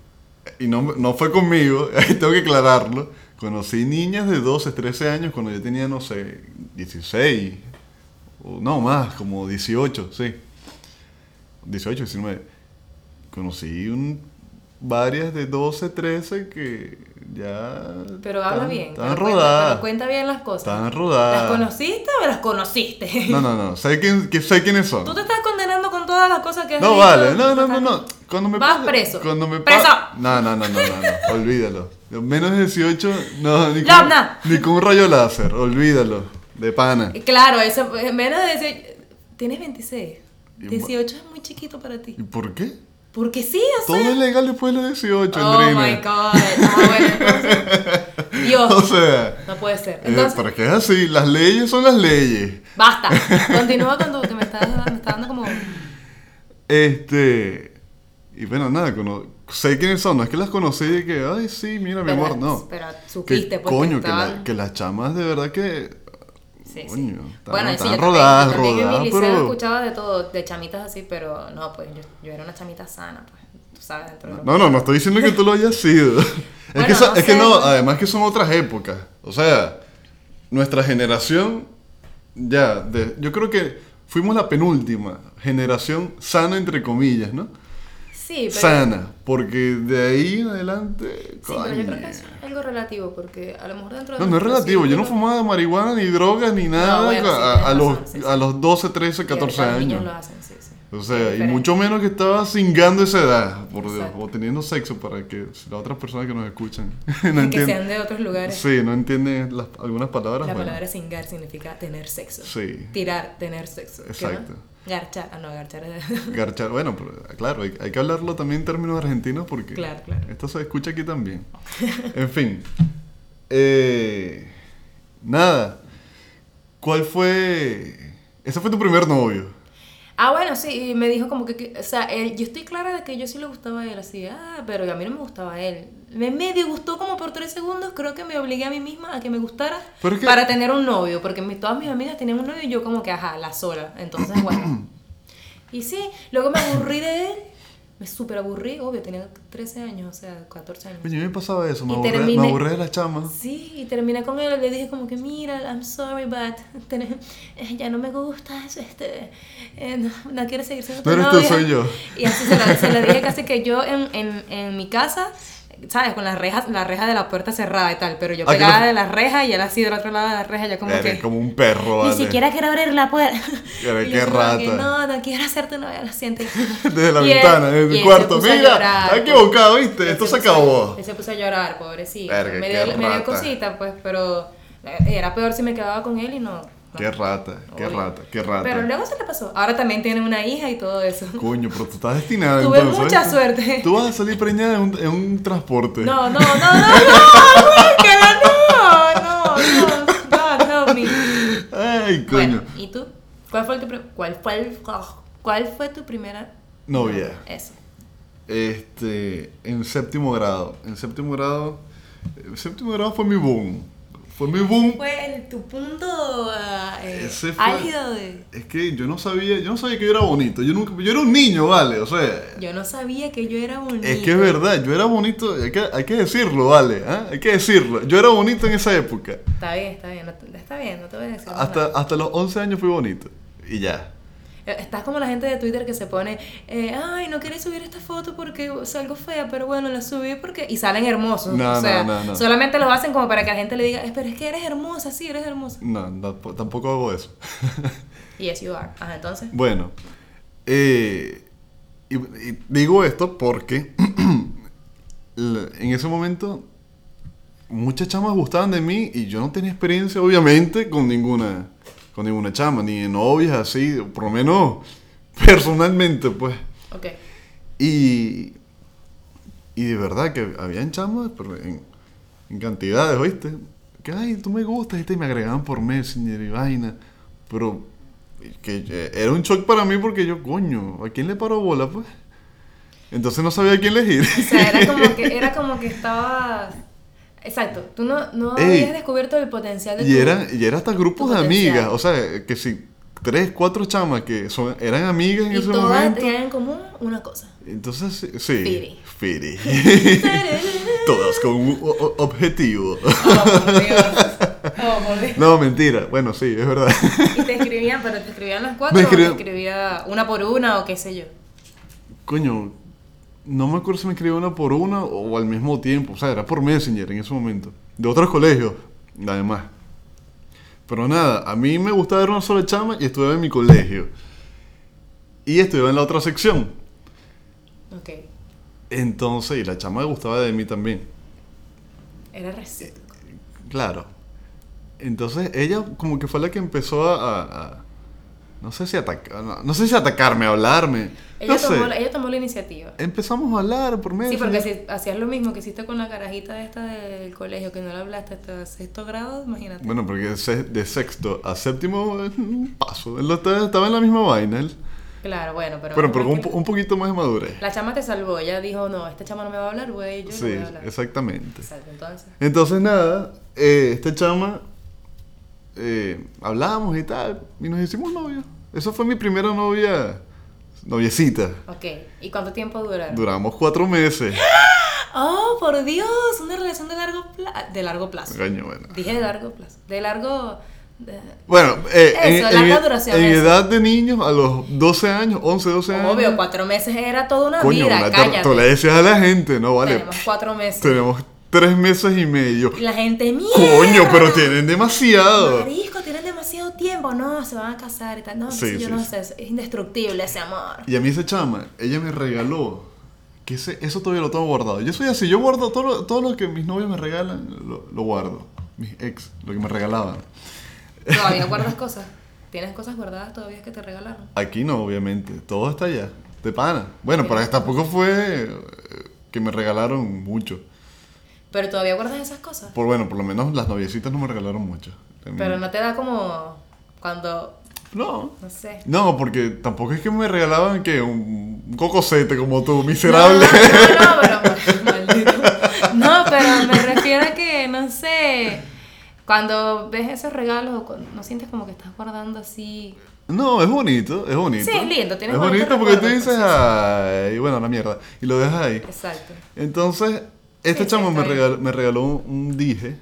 [SPEAKER 1] y no, no fue conmigo, (laughs) tengo que aclararlo, conocí niñas de 12, 13 años cuando yo tenía, no sé, 16, o no más, como 18, sí. 18, 19. Conocí un, varias de 12, 13 que ya...
[SPEAKER 2] Pero habla
[SPEAKER 1] estaban-
[SPEAKER 2] bien.
[SPEAKER 1] Estaban
[SPEAKER 2] pero cuenta-
[SPEAKER 1] rodadas.
[SPEAKER 2] pero cuenta bien las cosas.
[SPEAKER 1] Estaban rodadas.
[SPEAKER 2] ¿Las conociste o las conociste? (laughs)
[SPEAKER 1] No, no, no, sé, quién, que, sé quiénes son.
[SPEAKER 2] Tú te estás condenando con todas las cosas que has
[SPEAKER 1] No
[SPEAKER 2] dicho.
[SPEAKER 1] vale, no, no,
[SPEAKER 2] Tú
[SPEAKER 1] no,
[SPEAKER 2] estás-
[SPEAKER 1] no. Cuando me
[SPEAKER 2] Vas
[SPEAKER 1] pa-
[SPEAKER 2] preso.
[SPEAKER 1] Cuando me pa-
[SPEAKER 2] ¡Preso!
[SPEAKER 1] No, no, no, no, no,
[SPEAKER 2] (laughs)
[SPEAKER 1] no. Olvídalo. Menos de 18, no, ni con,
[SPEAKER 2] Lobna.
[SPEAKER 1] ni con un rayo láser, olvídalo. De pana.
[SPEAKER 2] Y Claro, eso, eh, menos de 18. Tienes 26.
[SPEAKER 1] Y
[SPEAKER 2] 18 es muy chiquito para ti.
[SPEAKER 1] ¿Y por qué?
[SPEAKER 2] Porque sí, o
[SPEAKER 1] Todo
[SPEAKER 2] sea.
[SPEAKER 1] es legal después de los 18,
[SPEAKER 2] Oh
[SPEAKER 1] Andrina.
[SPEAKER 2] my god. Ah, bueno, entonces,
[SPEAKER 1] (laughs)
[SPEAKER 2] Dios.
[SPEAKER 1] O sea,
[SPEAKER 2] no puede ser.
[SPEAKER 1] eh,
[SPEAKER 2] Entonces,
[SPEAKER 1] pero es que es así, las leyes son las leyes. (laughs)
[SPEAKER 2] basta. Continúa con tu. que me estás me está dando como.
[SPEAKER 1] Este. Y bueno, nada, cono- sé quiénes son, no es que las conocí de que, ay, sí, mira, mi
[SPEAKER 2] Pero-
[SPEAKER 1] amor, no.
[SPEAKER 2] pero
[SPEAKER 1] Que
[SPEAKER 2] supiste, pues, que
[SPEAKER 1] coño, que, la-
[SPEAKER 2] estaban-
[SPEAKER 1] que las chamas de verdad que
[SPEAKER 2] Sí,
[SPEAKER 1] Coño,
[SPEAKER 2] sí.
[SPEAKER 1] estaban-
[SPEAKER 2] Bueno, sí,
[SPEAKER 1] estaban
[SPEAKER 2] yo
[SPEAKER 1] rodadas,
[SPEAKER 2] también, yo también en
[SPEAKER 1] rodadas,
[SPEAKER 2] mi liceo
[SPEAKER 1] pero-
[SPEAKER 2] escuchaba de todo, de chamitas así, pero no, pues yo, yo era una chamita sana, pues. Tú sabes, dentro de lo
[SPEAKER 1] No, no, no estoy diciendo que tú lo hayas sido. (laughs) Es,
[SPEAKER 2] Bueno,
[SPEAKER 1] que, esa-
[SPEAKER 2] no
[SPEAKER 1] es que
[SPEAKER 2] sé,
[SPEAKER 1] no,
[SPEAKER 2] pues.
[SPEAKER 1] además que son otras épocas. O sea, nuestra generación, ya, de- yo creo que fuimos la penúltima generación sana, entre comillas, ¿no?
[SPEAKER 2] Sí, Sí, pero,
[SPEAKER 1] sana, porque de ahí en adelante...
[SPEAKER 2] sí, pero yo creo que
[SPEAKER 1] coño.
[SPEAKER 2] es algo relativo, porque a lo mejor dentro de...
[SPEAKER 1] No, no es
[SPEAKER 2] nuestro
[SPEAKER 1] relativo, yo no
[SPEAKER 2] círculo-
[SPEAKER 1] fumaba marihuana, ni drogas, ni nada
[SPEAKER 2] bueno, sí,
[SPEAKER 1] a,
[SPEAKER 2] tienes
[SPEAKER 1] a los,
[SPEAKER 2] razón, sí, sí.
[SPEAKER 1] a los 12, 13,
[SPEAKER 2] y
[SPEAKER 1] 14
[SPEAKER 2] ahorita Los
[SPEAKER 1] años.
[SPEAKER 2] niños lo hacen, sí, sí.
[SPEAKER 1] O
[SPEAKER 2] Es
[SPEAKER 1] sea, y
[SPEAKER 2] diferente.
[SPEAKER 1] mucho menos que estaba cingando esa edad, por Dios,
[SPEAKER 2] Exacto.
[SPEAKER 1] o teniendo sexo para que si las otras personas que nos
[SPEAKER 2] (laughs)
[SPEAKER 1] escuchan (laughs)
[SPEAKER 2] Y
[SPEAKER 1] no
[SPEAKER 2] que
[SPEAKER 1] entienden.
[SPEAKER 2] sean de otros lugares.
[SPEAKER 1] Sí, no entienden las, algunas palabras.
[SPEAKER 2] La
[SPEAKER 1] bueno.
[SPEAKER 2] palabra cingar significa tener sexo.
[SPEAKER 1] Sí.
[SPEAKER 2] Tirar, tener sexo. ¿Qué más?
[SPEAKER 1] Exacto.
[SPEAKER 2] Garchar. Ah, no, garchar (laughs) es...
[SPEAKER 1] Garchar, bueno, pero, claro, hay, hay que hablarlo también en términos argentinos porque
[SPEAKER 2] Claro, claro.
[SPEAKER 1] esto se escucha aquí
[SPEAKER 2] (laughs)
[SPEAKER 1] también. En fin, eh, nada, ¿cuál fue? Ese fue tu primer novio.
[SPEAKER 2] Ah, bueno, sí, y me dijo como que- que, o sea, él- yo estoy clara de que yo sí le gustaba a él, así, ah, pero a mí no me gustaba a él. Me medio gustó como por tres segundos, creo que me obligué a mí misma a que me gustara
[SPEAKER 1] Pero es que-
[SPEAKER 2] para tener un novio, porque mi- todas mis amigas tenían un novio y yo como que, ajá, la sola,
[SPEAKER 1] (coughs)
[SPEAKER 2] entonces, bueno. Y sí, luego me aburrí de él, me súper aburrí, obvio, tenía 13 años, o sea, 14 años.
[SPEAKER 1] Oye, a mí me pasaba eso, me
[SPEAKER 2] Y
[SPEAKER 1] aburré, me
[SPEAKER 2] terminé-
[SPEAKER 1] aburré de la chama.
[SPEAKER 2] Sí, y terminé con él, le dije como que, mira, I'm sorry, but (laughs) tenés- eh, ya no me gustas, este, eh, no, no quiero seguir siendo tu
[SPEAKER 1] No eres tú,
[SPEAKER 2] novia".
[SPEAKER 1] soy yo.
[SPEAKER 2] Y así se la, se la dije casi que yo en, en, en mi casa, ¿sabes? Con las rejas, la reja de la puerta cerrada y tal, pero yo
[SPEAKER 1] Ah, que
[SPEAKER 2] pegada
[SPEAKER 1] no-
[SPEAKER 2] de la reja y él así del otro lado de la reja, yo como
[SPEAKER 1] Eres
[SPEAKER 2] que...
[SPEAKER 1] como un perro,
[SPEAKER 2] Ni
[SPEAKER 1] vale.
[SPEAKER 2] siquiera quiero abrir la (laughs) puerta.
[SPEAKER 1] Pero
[SPEAKER 2] Y yo
[SPEAKER 1] qué
[SPEAKER 2] como que,
[SPEAKER 1] rata.
[SPEAKER 2] no, no quiero ser tu novia, lo siento.
[SPEAKER 1] (laughs) Desde la
[SPEAKER 2] Y él-
[SPEAKER 1] ventana,
[SPEAKER 2] y él
[SPEAKER 1] desde
[SPEAKER 2] se
[SPEAKER 1] el cuarto.
[SPEAKER 2] puso a
[SPEAKER 1] Mira,
[SPEAKER 2] llorar,
[SPEAKER 1] está
[SPEAKER 2] pues.
[SPEAKER 1] equivocado, ¿viste?
[SPEAKER 2] Él
[SPEAKER 1] Esto se
[SPEAKER 2] puso-
[SPEAKER 1] acabó.
[SPEAKER 2] Él se puso a llorar, pobrecito.
[SPEAKER 1] Verga,
[SPEAKER 2] me,
[SPEAKER 1] qué
[SPEAKER 2] dio, me dio
[SPEAKER 1] rata.
[SPEAKER 2] cosita, pues, pero eh, era peor si me quedaba con él y no. no,
[SPEAKER 1] Qué rata, qué
[SPEAKER 2] obvio.
[SPEAKER 1] rata, qué rata.
[SPEAKER 2] Pero luego se le pasó. Ahora también tiene una hija y todo eso.
[SPEAKER 1] Coño, pero tú estás destinada
[SPEAKER 2] Tuve
[SPEAKER 1] entonces,
[SPEAKER 2] mucha
[SPEAKER 1] ¿viste?
[SPEAKER 2] suerte.
[SPEAKER 1] Tú vas a salir preñada en un, en un transporte.
[SPEAKER 2] No, no, no, no, no, guácala, no, no, no, no, no, mi.
[SPEAKER 1] Ay, coño.
[SPEAKER 2] Bueno, ¿y tú? ¿Cuál fue, el que pri- cuál, fue el- oh, ¿Cuál fue tu primera
[SPEAKER 1] Novia.
[SPEAKER 2] Eso.
[SPEAKER 1] Este, en séptimo grado. En séptimo grado. En séptimo grado fue mi boom. Fue mi boom.
[SPEAKER 2] Fue el- tu punto ah, eh,
[SPEAKER 1] Ese fue-
[SPEAKER 2] álgido de.
[SPEAKER 1] Es que yo no sabía, yo no sabía que yo era bonito. Yo nunca, yo era un niño, vale. O sea,
[SPEAKER 2] Yo no sabía que yo era bonito.
[SPEAKER 1] es que es verdad, yo era bonito. Hay que, hay que decirlo, vale. ¿ah? Hay que decirlo. Yo era bonito en esa época.
[SPEAKER 2] Está bien, está bien, no te- está bien, no te voy a decir
[SPEAKER 1] Hasta,
[SPEAKER 2] nada.
[SPEAKER 1] hasta los 11 años fui bonito. Y ya.
[SPEAKER 2] Eh, Estás como la gente de Twitter que se pone, eh, ay, no quería subir esta foto porque salgo fea, pero bueno, la subí porque... Y salen hermosos.
[SPEAKER 1] No,
[SPEAKER 2] o
[SPEAKER 1] no,
[SPEAKER 2] sea,
[SPEAKER 1] no, no.
[SPEAKER 2] solamente lo hacen como para que la gente le diga, "Eh, pero es que eres hermosa, sí, eres hermosa.
[SPEAKER 1] No, no, tampoco hago eso. (laughs)
[SPEAKER 2] Yes, you are. Ajá, entonces.
[SPEAKER 1] Bueno, eh, y, y digo esto porque (clears throat) la- en ese momento muchas chamas gustaban de mí y yo no tenía experiencia, obviamente, con ninguna, con ninguna chama, ni de novias así, o por lo menos (laughs) personalmente, pues.
[SPEAKER 2] Ok.
[SPEAKER 1] Y, y de verdad que habían chamas, pero en, en cantidades, ¿oíste? Que, ay, tú me gustas, este, y me agregaban por Messenger y vaina. Pero que eh, era un shock para mí porque yo, coño, ¿a quién le paro bola, pues? Entonces no sabía a quién elegir.
[SPEAKER 2] O sea, era
[SPEAKER 1] (laughs)
[SPEAKER 2] como que, era como que estaba... Exacto, tú no, no
[SPEAKER 1] Ey.
[SPEAKER 2] habías descubierto el potencial de
[SPEAKER 1] y,
[SPEAKER 2] tu-
[SPEAKER 1] era, y era hasta grupos
[SPEAKER 2] tu
[SPEAKER 1] de amigas,
[SPEAKER 2] potencial.
[SPEAKER 1] o sea, que si tres, cuatro chamas que son, eran amigas en
[SPEAKER 2] Y
[SPEAKER 1] ese
[SPEAKER 2] todas
[SPEAKER 1] momento.
[SPEAKER 2] tenían en común una cosa.
[SPEAKER 1] Entonces, sí.
[SPEAKER 2] Firi.
[SPEAKER 1] Firi. Todas con un o- o- objetivo.
[SPEAKER 2] Oh, por Dios. Oh, por Dios.
[SPEAKER 1] No, mentira. Bueno, sí, es verdad. (laughs)
[SPEAKER 2] Y te escribían, pero te escribían las cuatro
[SPEAKER 1] Me
[SPEAKER 2] o te
[SPEAKER 1] escribían-
[SPEAKER 2] escribía una por una o qué sé yo.
[SPEAKER 1] Coño, no me acuerdo si me escribió una por una o al mismo tiempo. O sea, era por Messenger en ese momento. De otros colegios, además. Pero nada, a mí me gustaba ver una sola chama y estudiaba en mi colegio. Y estudiaba en la otra sección.
[SPEAKER 2] Ok.
[SPEAKER 1] Entonces, y la chama gustaba de mí también.
[SPEAKER 2] Era recíproco.
[SPEAKER 1] Claro. Entonces ella como que fue la que empezó a... a- a- no sé si atacar, no, no sé si atacarme, hablarme.
[SPEAKER 2] Ella,
[SPEAKER 1] Eh, no
[SPEAKER 2] tomó,
[SPEAKER 1] sé. Eh,
[SPEAKER 2] la- ella tomó la iniciativa.
[SPEAKER 1] Empezamos a hablar por medio.
[SPEAKER 2] Sí, porque si hacías lo mismo que hiciste con la carajita esta del colegio, que no la hablaste hasta sexto grado, imagínate.
[SPEAKER 1] Bueno, porque de se- de sexto a séptimo es un paso. Él lo está- estaba en la misma vaina. él.
[SPEAKER 2] Claro, bueno, pero...
[SPEAKER 1] Bueno, pero con un, po- un poquito más de madurez.
[SPEAKER 2] La chama te salvó, ella dijo, no, esta chama no me va a hablar, güey, yo no
[SPEAKER 1] Sí,
[SPEAKER 2] voy a hablar.
[SPEAKER 1] exactamente.
[SPEAKER 2] Exacto, entonces.
[SPEAKER 1] Entonces, nada, eh, esta chama eh, hablábamos y tal, y nos hicimos novios. Eso fue mi primera novia, noviecita.
[SPEAKER 2] Ok, ¿y cuánto tiempo duraron?
[SPEAKER 1] Duramos cuatro meses.
[SPEAKER 2] ¡Oh, por Dios! Una relación de largo, pla- de largo plazo.
[SPEAKER 1] Coño, bueno.
[SPEAKER 2] Dije de largo plazo. De largo. De-
[SPEAKER 1] Bueno, eh,
[SPEAKER 2] Eso,
[SPEAKER 1] en,
[SPEAKER 2] larga
[SPEAKER 1] en-
[SPEAKER 2] duración,
[SPEAKER 1] en
[SPEAKER 2] eso.
[SPEAKER 1] edad de niños, a los 12 años, 11, 12 años.
[SPEAKER 2] Obvio, cuatro meses era toda una
[SPEAKER 1] Coño,
[SPEAKER 2] vida,
[SPEAKER 1] una- te-
[SPEAKER 2] cállate.
[SPEAKER 1] tú le decías a la gente, no vale.
[SPEAKER 2] Tenemos cuatro meses.
[SPEAKER 1] Tenemos tres meses y medio.
[SPEAKER 2] Y la gente, mierda.
[SPEAKER 1] Coño, pero tienen demasiado.
[SPEAKER 2] Marisco, tienen demasiado tiempo. No, se van a casar y tal. No,
[SPEAKER 1] Sí,
[SPEAKER 2] sí, yo
[SPEAKER 1] sí,
[SPEAKER 2] no
[SPEAKER 1] sí.
[SPEAKER 2] sé. Es indestructible ese amor.
[SPEAKER 1] Y a mí esa chama, ella me regaló. Que ese- eso todavía lo tengo guardado. Yo soy así, yo guardo todo lo, todo lo que mis novios me regalan, lo, lo guardo. Mis ex, lo que me regalaban.
[SPEAKER 2] Todavía guardas cosas. Tienes cosas guardadas todavía que te regalaron.
[SPEAKER 1] Aquí no, obviamente. Todo está allá. De pana. Bueno, pero tampoco fue eh, que me regalaron mucho.
[SPEAKER 2] Pero todavía guardas esas cosas.
[SPEAKER 1] Por bueno, por lo menos las noviecitas no me regalaron mucho.
[SPEAKER 2] Pero no te da como cuando,
[SPEAKER 1] No.
[SPEAKER 2] no sé.
[SPEAKER 1] No, porque tampoco es que me regalaban que un un cocosete como tú, miserable.
[SPEAKER 2] No, no, no, pero, maldito. No, pero me refiero a que, no sé, cuando ves esos regalos, o cuando- no sientes como que estás guardando así.
[SPEAKER 1] (laughs) No, es bonito, es bonito.
[SPEAKER 2] Sí, es lindo, tienes
[SPEAKER 1] Es
[SPEAKER 2] bonitos
[SPEAKER 1] bonito porque tú
[SPEAKER 2] recuerdos,
[SPEAKER 1] dices,
[SPEAKER 2] sí, sí.
[SPEAKER 1] ay, bueno, la mierda. Y lo dejas ahí.
[SPEAKER 2] Exacto.
[SPEAKER 1] Entonces, este
[SPEAKER 2] Sí,
[SPEAKER 1] chamo
[SPEAKER 2] sí,
[SPEAKER 1] me
[SPEAKER 2] está bien.
[SPEAKER 1] regaló, me regaló un, un dije.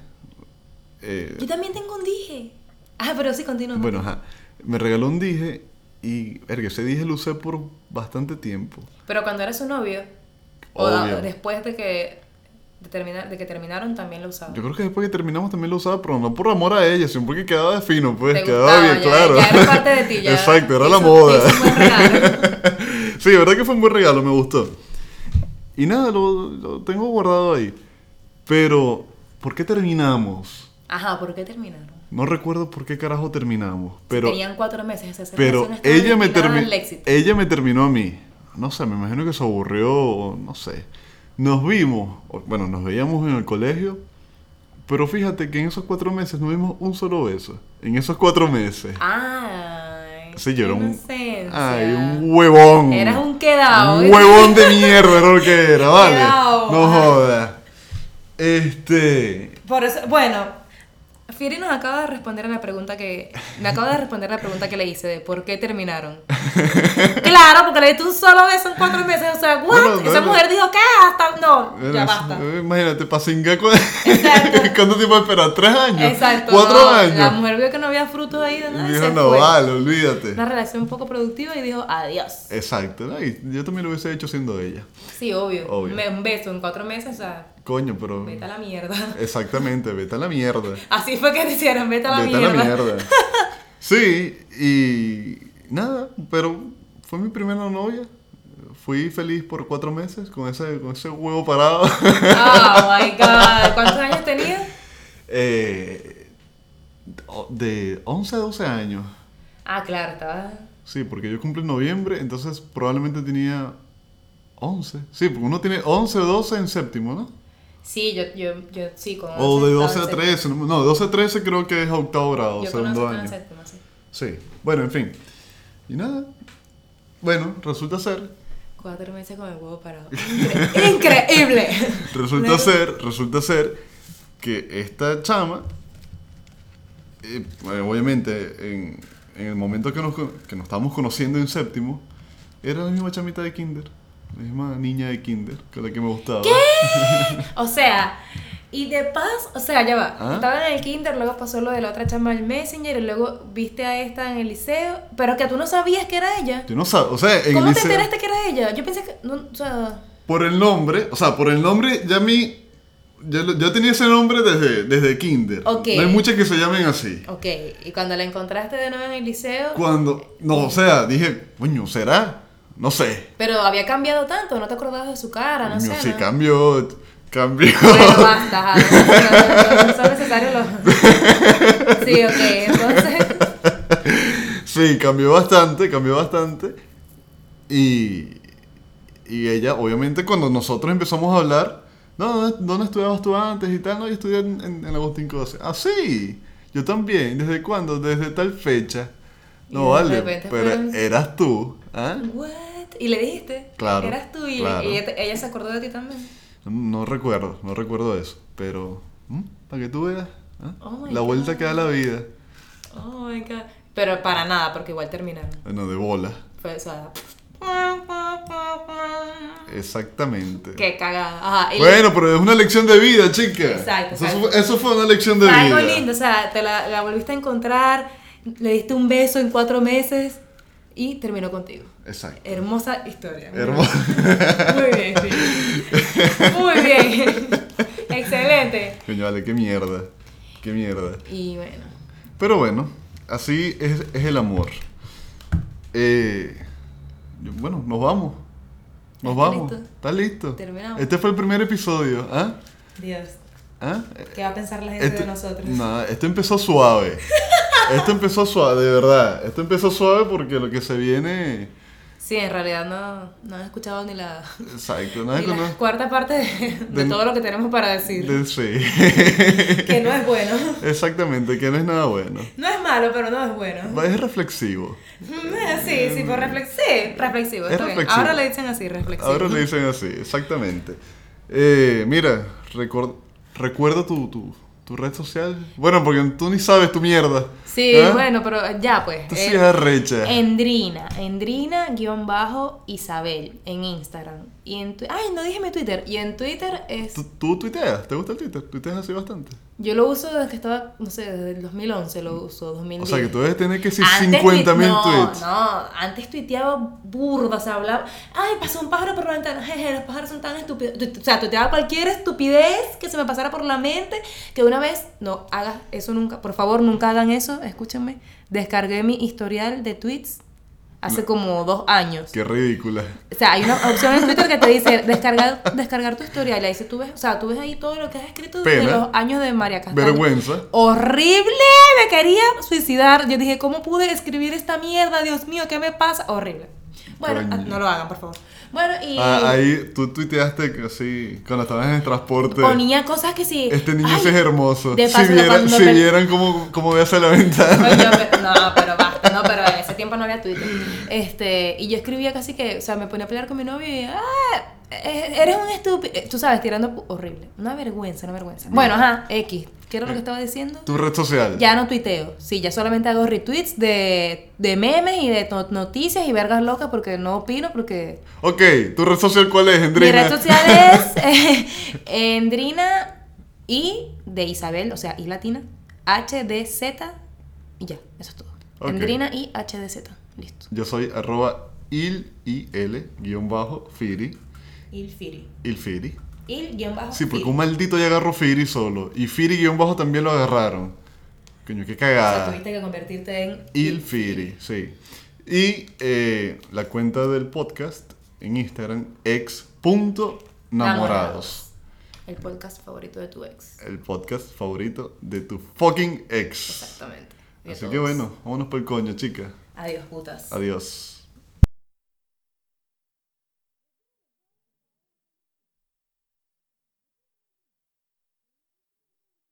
[SPEAKER 1] eh,
[SPEAKER 2] Yo también tengo un dije. Ah, pero sí, continúa.
[SPEAKER 1] bueno, ajá. Me regaló un dije y, verga, ese dije lo usé por bastante tiempo.
[SPEAKER 2] Pero cuando era su novio, o da-
[SPEAKER 1] Obvio.
[SPEAKER 2] después de que, de, terminar, de que terminaron, también lo usaba.
[SPEAKER 1] Yo creo que después que terminamos también lo usaba, pero no por amor a ella, sino porque quedaba de fino, pues,
[SPEAKER 2] Te
[SPEAKER 1] quedaba
[SPEAKER 2] gustaba,
[SPEAKER 1] bien,
[SPEAKER 2] ya-
[SPEAKER 1] claro.
[SPEAKER 2] ya era parte de ti, ya.
[SPEAKER 1] Exacto, era la
[SPEAKER 2] Hizo-
[SPEAKER 1] moda.
[SPEAKER 2] hizo un buen regalo.
[SPEAKER 1] (laughs) sí, de verdad que fue un buen regalo, me gustó. Y nada, lo, lo tengo guardado ahí. Pero, ¿por qué terminamos?
[SPEAKER 2] Ajá, ¿por qué terminaron?
[SPEAKER 1] No recuerdo por qué carajo terminamos, pero,
[SPEAKER 2] Tenían cuatro meses. esa- esa
[SPEAKER 1] pero
[SPEAKER 2] relación estaba
[SPEAKER 1] ella, me
[SPEAKER 2] destinada
[SPEAKER 1] termi- eh,
[SPEAKER 2] al éxito.
[SPEAKER 1] ella me terminó a mí. No sé, me imagino que se aburrió, o no sé. Nos vimos, o- bueno, nos veíamos en el colegio, pero fíjate que en esos cuatro meses no vimos un solo beso. En esos cuatro meses.
[SPEAKER 2] Ay,
[SPEAKER 1] Sí, yo era un.
[SPEAKER 2] inocencia.
[SPEAKER 1] Ay, un huevón.
[SPEAKER 2] Eras un quedao.
[SPEAKER 1] Un huevón de mierda era lo que
[SPEAKER 2] (laughs)
[SPEAKER 1] era, vale.
[SPEAKER 2] Quedao,
[SPEAKER 1] No
[SPEAKER 2] ajá.
[SPEAKER 1] jodas. Este.
[SPEAKER 2] Por eso, bueno, Fieri nos acaba de responder a la pregunta que. Me acaba de responder la pregunta que le hice de por qué
[SPEAKER 1] (laughs)
[SPEAKER 2] terminaron. claro, porque le diste un solo beso en cuatro meses. O sea, ¿what?
[SPEAKER 1] Bueno,
[SPEAKER 2] Esa
[SPEAKER 1] bueno.
[SPEAKER 2] mujer dijo, ¿qué? Hasta. No, ya
[SPEAKER 1] Era-
[SPEAKER 2] basta.
[SPEAKER 1] eh, Imagínate, para cingar cu-
[SPEAKER 2] Exacto.
[SPEAKER 1] (laughs) ¿Cuánto tiempo esperar? ¿Tres años?
[SPEAKER 2] Exacto.
[SPEAKER 1] ¿Cuatro
[SPEAKER 2] no,
[SPEAKER 1] años?
[SPEAKER 2] La mujer vio que no había frutos ahí de nada.
[SPEAKER 1] Y
[SPEAKER 2] y
[SPEAKER 1] dijo,
[SPEAKER 2] se
[SPEAKER 1] no,
[SPEAKER 2] fue.
[SPEAKER 1] vale, olvídate.
[SPEAKER 2] Una relación poco productiva y dijo, adiós.
[SPEAKER 1] Exacto. ¿no? Y yo también lo hubiese hecho siendo ella.
[SPEAKER 2] Sí, obvio.
[SPEAKER 1] Obvio.
[SPEAKER 2] Me- un beso en cuatro meses, o sea,
[SPEAKER 1] Coño, pero.
[SPEAKER 2] vete a la mierda. (laughs)
[SPEAKER 1] Exactamente, vete a la mierda.
[SPEAKER 2] Así fue que hicieron, vete a la
[SPEAKER 1] Vete a
[SPEAKER 2] mierda.
[SPEAKER 1] mierda. Sí, y nada, pero fue mi primera novia. Fui feliz por cuatro meses con ese, con ese huevo parado. (laughs)
[SPEAKER 2] (laughs) Oh my god, ¿cuántos años tenía?
[SPEAKER 1] Eh, o- de 11 a 12 años.
[SPEAKER 2] Ah, claro, estaba.
[SPEAKER 1] Sí, porque yo cumplí en noviembre, entonces probablemente tenía 11. Sí, porque uno tiene 11 o 12 en séptimo, ¿no?
[SPEAKER 2] Sí, yo, yo, yo sí, con
[SPEAKER 1] O de 12
[SPEAKER 2] once
[SPEAKER 1] a
[SPEAKER 2] estaba en
[SPEAKER 1] 13. No, no, 12 a 13 creo que es octavo grado,
[SPEAKER 2] séptimo. Yo con once
[SPEAKER 1] segundo
[SPEAKER 2] estaba en
[SPEAKER 1] año.
[SPEAKER 2] séptimo, sí.
[SPEAKER 1] Sí, bueno, en fin. Y nada. Bueno, resulta ser
[SPEAKER 2] Cuatro meses con el huevo (laughs) parado. Incre- Increíble.
[SPEAKER 1] Resulta
[SPEAKER 2] Luego-
[SPEAKER 1] ser, resulta ser que esta chama, eh, bueno, obviamente en, en el momento que nos, con- que nos estábamos conociendo en séptimo, era la misma chamita de kinder, la misma niña de kinder con la que me gustaba.
[SPEAKER 2] O sea, y de paz, o sea, ya va.
[SPEAKER 1] Ah.
[SPEAKER 2] Estaba en el kinder, luego pasó lo de la otra chama del Messenger, y luego viste a esta en el liceo, pero que tú no sabías que era ella.
[SPEAKER 1] Yo no sab- o sea, en el
[SPEAKER 2] ¿Cómo te
[SPEAKER 1] liceo-
[SPEAKER 2] enteraste que era ella? Yo pensé que. No, o sea.
[SPEAKER 1] por el nombre, o sea, por el nombre ya mi... Yo, lo- yo tenía ese nombre desde, desde kinder.
[SPEAKER 2] Ok.
[SPEAKER 1] No hay muchas que se llamen así.
[SPEAKER 2] Ok, y cuando la encontraste de nuevo en el liceo.
[SPEAKER 1] Cuando... No, o sea, dije, coño, ¿será? No sé.
[SPEAKER 2] Pero había cambiado tanto, no te acordabas de su cara, Ah, no
[SPEAKER 1] Coño,
[SPEAKER 2] sé.
[SPEAKER 1] sí,
[SPEAKER 2] ¿no?
[SPEAKER 1] cambió, cambió.
[SPEAKER 2] Bueno,
[SPEAKER 1] (laughs)
[SPEAKER 2] basta, ajá, no, no, no, no son necesarios
[SPEAKER 1] (laughs)
[SPEAKER 2] los. Sí, ok, entonces.
[SPEAKER 1] Sí, cambió bastante, cambió bastante. Y, y ella, obviamente, cuando nosotros empezamos a hablar, no, ¿dónde, dónde estudiabas tú antes y tal? No, yo estudié en, en, en Agustín Codazzi. Ah, sí, yo también. ¿Desde cuándo? Desde tal fecha. No,
[SPEAKER 2] Y de
[SPEAKER 1] vale,
[SPEAKER 2] repente
[SPEAKER 1] pero
[SPEAKER 2] fueron-
[SPEAKER 1] eras tú. ¿ah?
[SPEAKER 2] ¿What? Y le dijiste.
[SPEAKER 1] Claro,
[SPEAKER 2] Eras tú y,
[SPEAKER 1] claro.
[SPEAKER 2] y ella, ella se acordó de ti también.
[SPEAKER 1] No recuerdo, no recuerdo eso. Pero, ¿m? para que tú veas, ¿ah?
[SPEAKER 2] Oh my
[SPEAKER 1] la vuelta
[SPEAKER 2] God.
[SPEAKER 1] que da la vida.
[SPEAKER 2] Oh my god. Pero para nada, porque igual terminaron.
[SPEAKER 1] Bueno, de bola.
[SPEAKER 2] Fue, o sea.
[SPEAKER 1] Exactamente.
[SPEAKER 2] Qué cagada. Ajá. y-
[SPEAKER 1] Bueno, pero es una lección de vida, chica.
[SPEAKER 2] Exacto,
[SPEAKER 1] Eso,
[SPEAKER 2] exacto.
[SPEAKER 1] Fue, eso fue una lección de
[SPEAKER 2] Fue
[SPEAKER 1] vida.
[SPEAKER 2] algo lindo, o sea, te la, la volviste a encontrar, le diste un beso en cuatro meses y terminó contigo.
[SPEAKER 1] Exacto.
[SPEAKER 2] Hermosa historia. Muy
[SPEAKER 1] Hermoso.
[SPEAKER 2] bien. Muy bien, sí. Muy bien. Excelente.
[SPEAKER 1] Coño, vale, qué mierda. Qué mierda.
[SPEAKER 2] Y bueno,
[SPEAKER 1] Pero bueno, así es, es el amor. Eh, yo- bueno, nos vamos. Nos
[SPEAKER 2] ¿Estás
[SPEAKER 1] vamos.
[SPEAKER 2] listo?
[SPEAKER 1] ¿Estás listo?
[SPEAKER 2] Terminamos.
[SPEAKER 1] Este fue el primer episodio. ¿Ah?
[SPEAKER 2] Dios,
[SPEAKER 1] ¿Ah?
[SPEAKER 2] ¿qué va a pensar la gente
[SPEAKER 1] Este-
[SPEAKER 2] de nosotros?
[SPEAKER 1] Nada, esto empezó suave. Esto empezó suave, de verdad. Esto empezó suave porque lo que se viene.
[SPEAKER 2] Sí, en realidad no, no han escuchado ni la,
[SPEAKER 1] Exacto, nada
[SPEAKER 2] ni la
[SPEAKER 1] conoce.
[SPEAKER 2] cuarta parte de, de
[SPEAKER 1] De-
[SPEAKER 2] todo lo que tenemos para decir.
[SPEAKER 1] de- Sí.
[SPEAKER 2] que no es bueno.
[SPEAKER 1] Exactamente, que no es nada bueno.
[SPEAKER 2] No es malo, pero no es bueno.
[SPEAKER 1] Es reflexivo.
[SPEAKER 2] Mm, Sí, sí, por reflex sí, reflexivo.
[SPEAKER 1] Es
[SPEAKER 2] Está bien.
[SPEAKER 1] reflexivo.
[SPEAKER 2] Ahora le dicen así, reflexivo.
[SPEAKER 1] Ahora le dicen así, exactamente. Eh, mira, record- recuerda tu, tu, tu red social. Bueno, porque tú ni sabes tu mierda.
[SPEAKER 2] Sí,
[SPEAKER 1] ¿Ah?
[SPEAKER 2] bueno, pero ya pues.
[SPEAKER 1] Tú
[SPEAKER 2] eh,
[SPEAKER 1] sí es arrecha.
[SPEAKER 2] Endrina, Endrina guión bajo Isabel en Instagram. Y en tu- Ay, no dije mi Twitter. Y en Twitter es...
[SPEAKER 1] ¿Tú, tú tuiteas, ¿te gusta el Twitter? Tuiteas así bastante.
[SPEAKER 2] Yo lo uso desde que estaba, no sé, desde el 2011 lo uso, 2010.
[SPEAKER 1] O sea, que tú debes tener que decir
[SPEAKER 2] Antes
[SPEAKER 1] 50 mil
[SPEAKER 2] tuit-
[SPEAKER 1] tweets.
[SPEAKER 2] No, no, antes tuiteaba burda, o sea, hablaba, ay, pasó un pájaro por la ventana, jeje, los pájaros son tan estúpidos. Tu- O sea, tuiteaba cualquier estupidez que se me pasara por la mente, que una vez, no, hagas eso nunca, por favor, nunca hagan eso, escúchenme. Descargué mi historial de tweets hace como dos años.
[SPEAKER 1] Qué ridícula.
[SPEAKER 2] O sea, hay una opción en Twitter que te dice descargar, descargar tu historial. Y ahí sí tú ves, o sea, tú ves ahí todo lo que has escrito desde
[SPEAKER 1] Pena.
[SPEAKER 2] los años de María Castaño.
[SPEAKER 1] Vergüenza.
[SPEAKER 2] Horrible, me quería suicidar. Yo dije, ¿cómo pude escribir esta mierda? Dios mío, ¿qué me pasa? Horrible. Bueno,
[SPEAKER 1] Coño.
[SPEAKER 2] ah, no lo hagan, por favor. Bueno, y
[SPEAKER 1] Ah, ahí tú tuiteaste que así, cuando estabas en el transporte.
[SPEAKER 2] ponía cosas que sí.
[SPEAKER 1] Este niño
[SPEAKER 2] Ay,
[SPEAKER 1] sí es hermoso.
[SPEAKER 2] De
[SPEAKER 1] si
[SPEAKER 2] paso,
[SPEAKER 1] vieran,
[SPEAKER 2] cuando
[SPEAKER 1] si
[SPEAKER 2] te-
[SPEAKER 1] vieran cómo, cómo ve hacia la ventana.
[SPEAKER 2] Coño, pero- no, pero basta, no, pero en ese tiempo no había Twitter. Este, y yo escribía casi que, o sea, me ponía a pelear con mi novio y, ah, e- eres un estúpido. Tú sabes, tirando pu- horrible. Una vergüenza, una vergüenza. Bueno, ajá, X. ¿Qué era lo que estaba diciendo?
[SPEAKER 1] Tu red social.
[SPEAKER 2] Ya no tuiteo. Sí, ya solamente hago retweets de, de memes y de no- noticias y vergas locas porque no opino, porque
[SPEAKER 1] Ok, ¿tu red social cuál es,
[SPEAKER 2] mi
[SPEAKER 1] Andrina?
[SPEAKER 2] red social es (laughs) eh, Endrina y de Isabel, o sea, y latina, HDZ y ya, eso es todo.
[SPEAKER 1] Ok.
[SPEAKER 2] Endrina y HDZ, listo.
[SPEAKER 1] Yo soy arroba il, i, l, guión bajo, firi,
[SPEAKER 2] Ilfiri.
[SPEAKER 1] ilfiri.
[SPEAKER 2] Il guión bajo.
[SPEAKER 1] Sí, porque un maldito ya agarró firi solo. Y firi guión bajo también lo agarraron. Coño, qué cagada.
[SPEAKER 2] que convertirte en
[SPEAKER 1] Ilfiri, sí. Y eh, la cuenta del podcast en Instagram, ex.namorados.
[SPEAKER 2] el podcast favorito de tu ex.
[SPEAKER 1] El podcast favorito de tu fucking ex.
[SPEAKER 2] Exactamente.
[SPEAKER 1] Así que bueno, vámonos por el coño, chica.
[SPEAKER 2] Adiós, putas.
[SPEAKER 1] Adiós.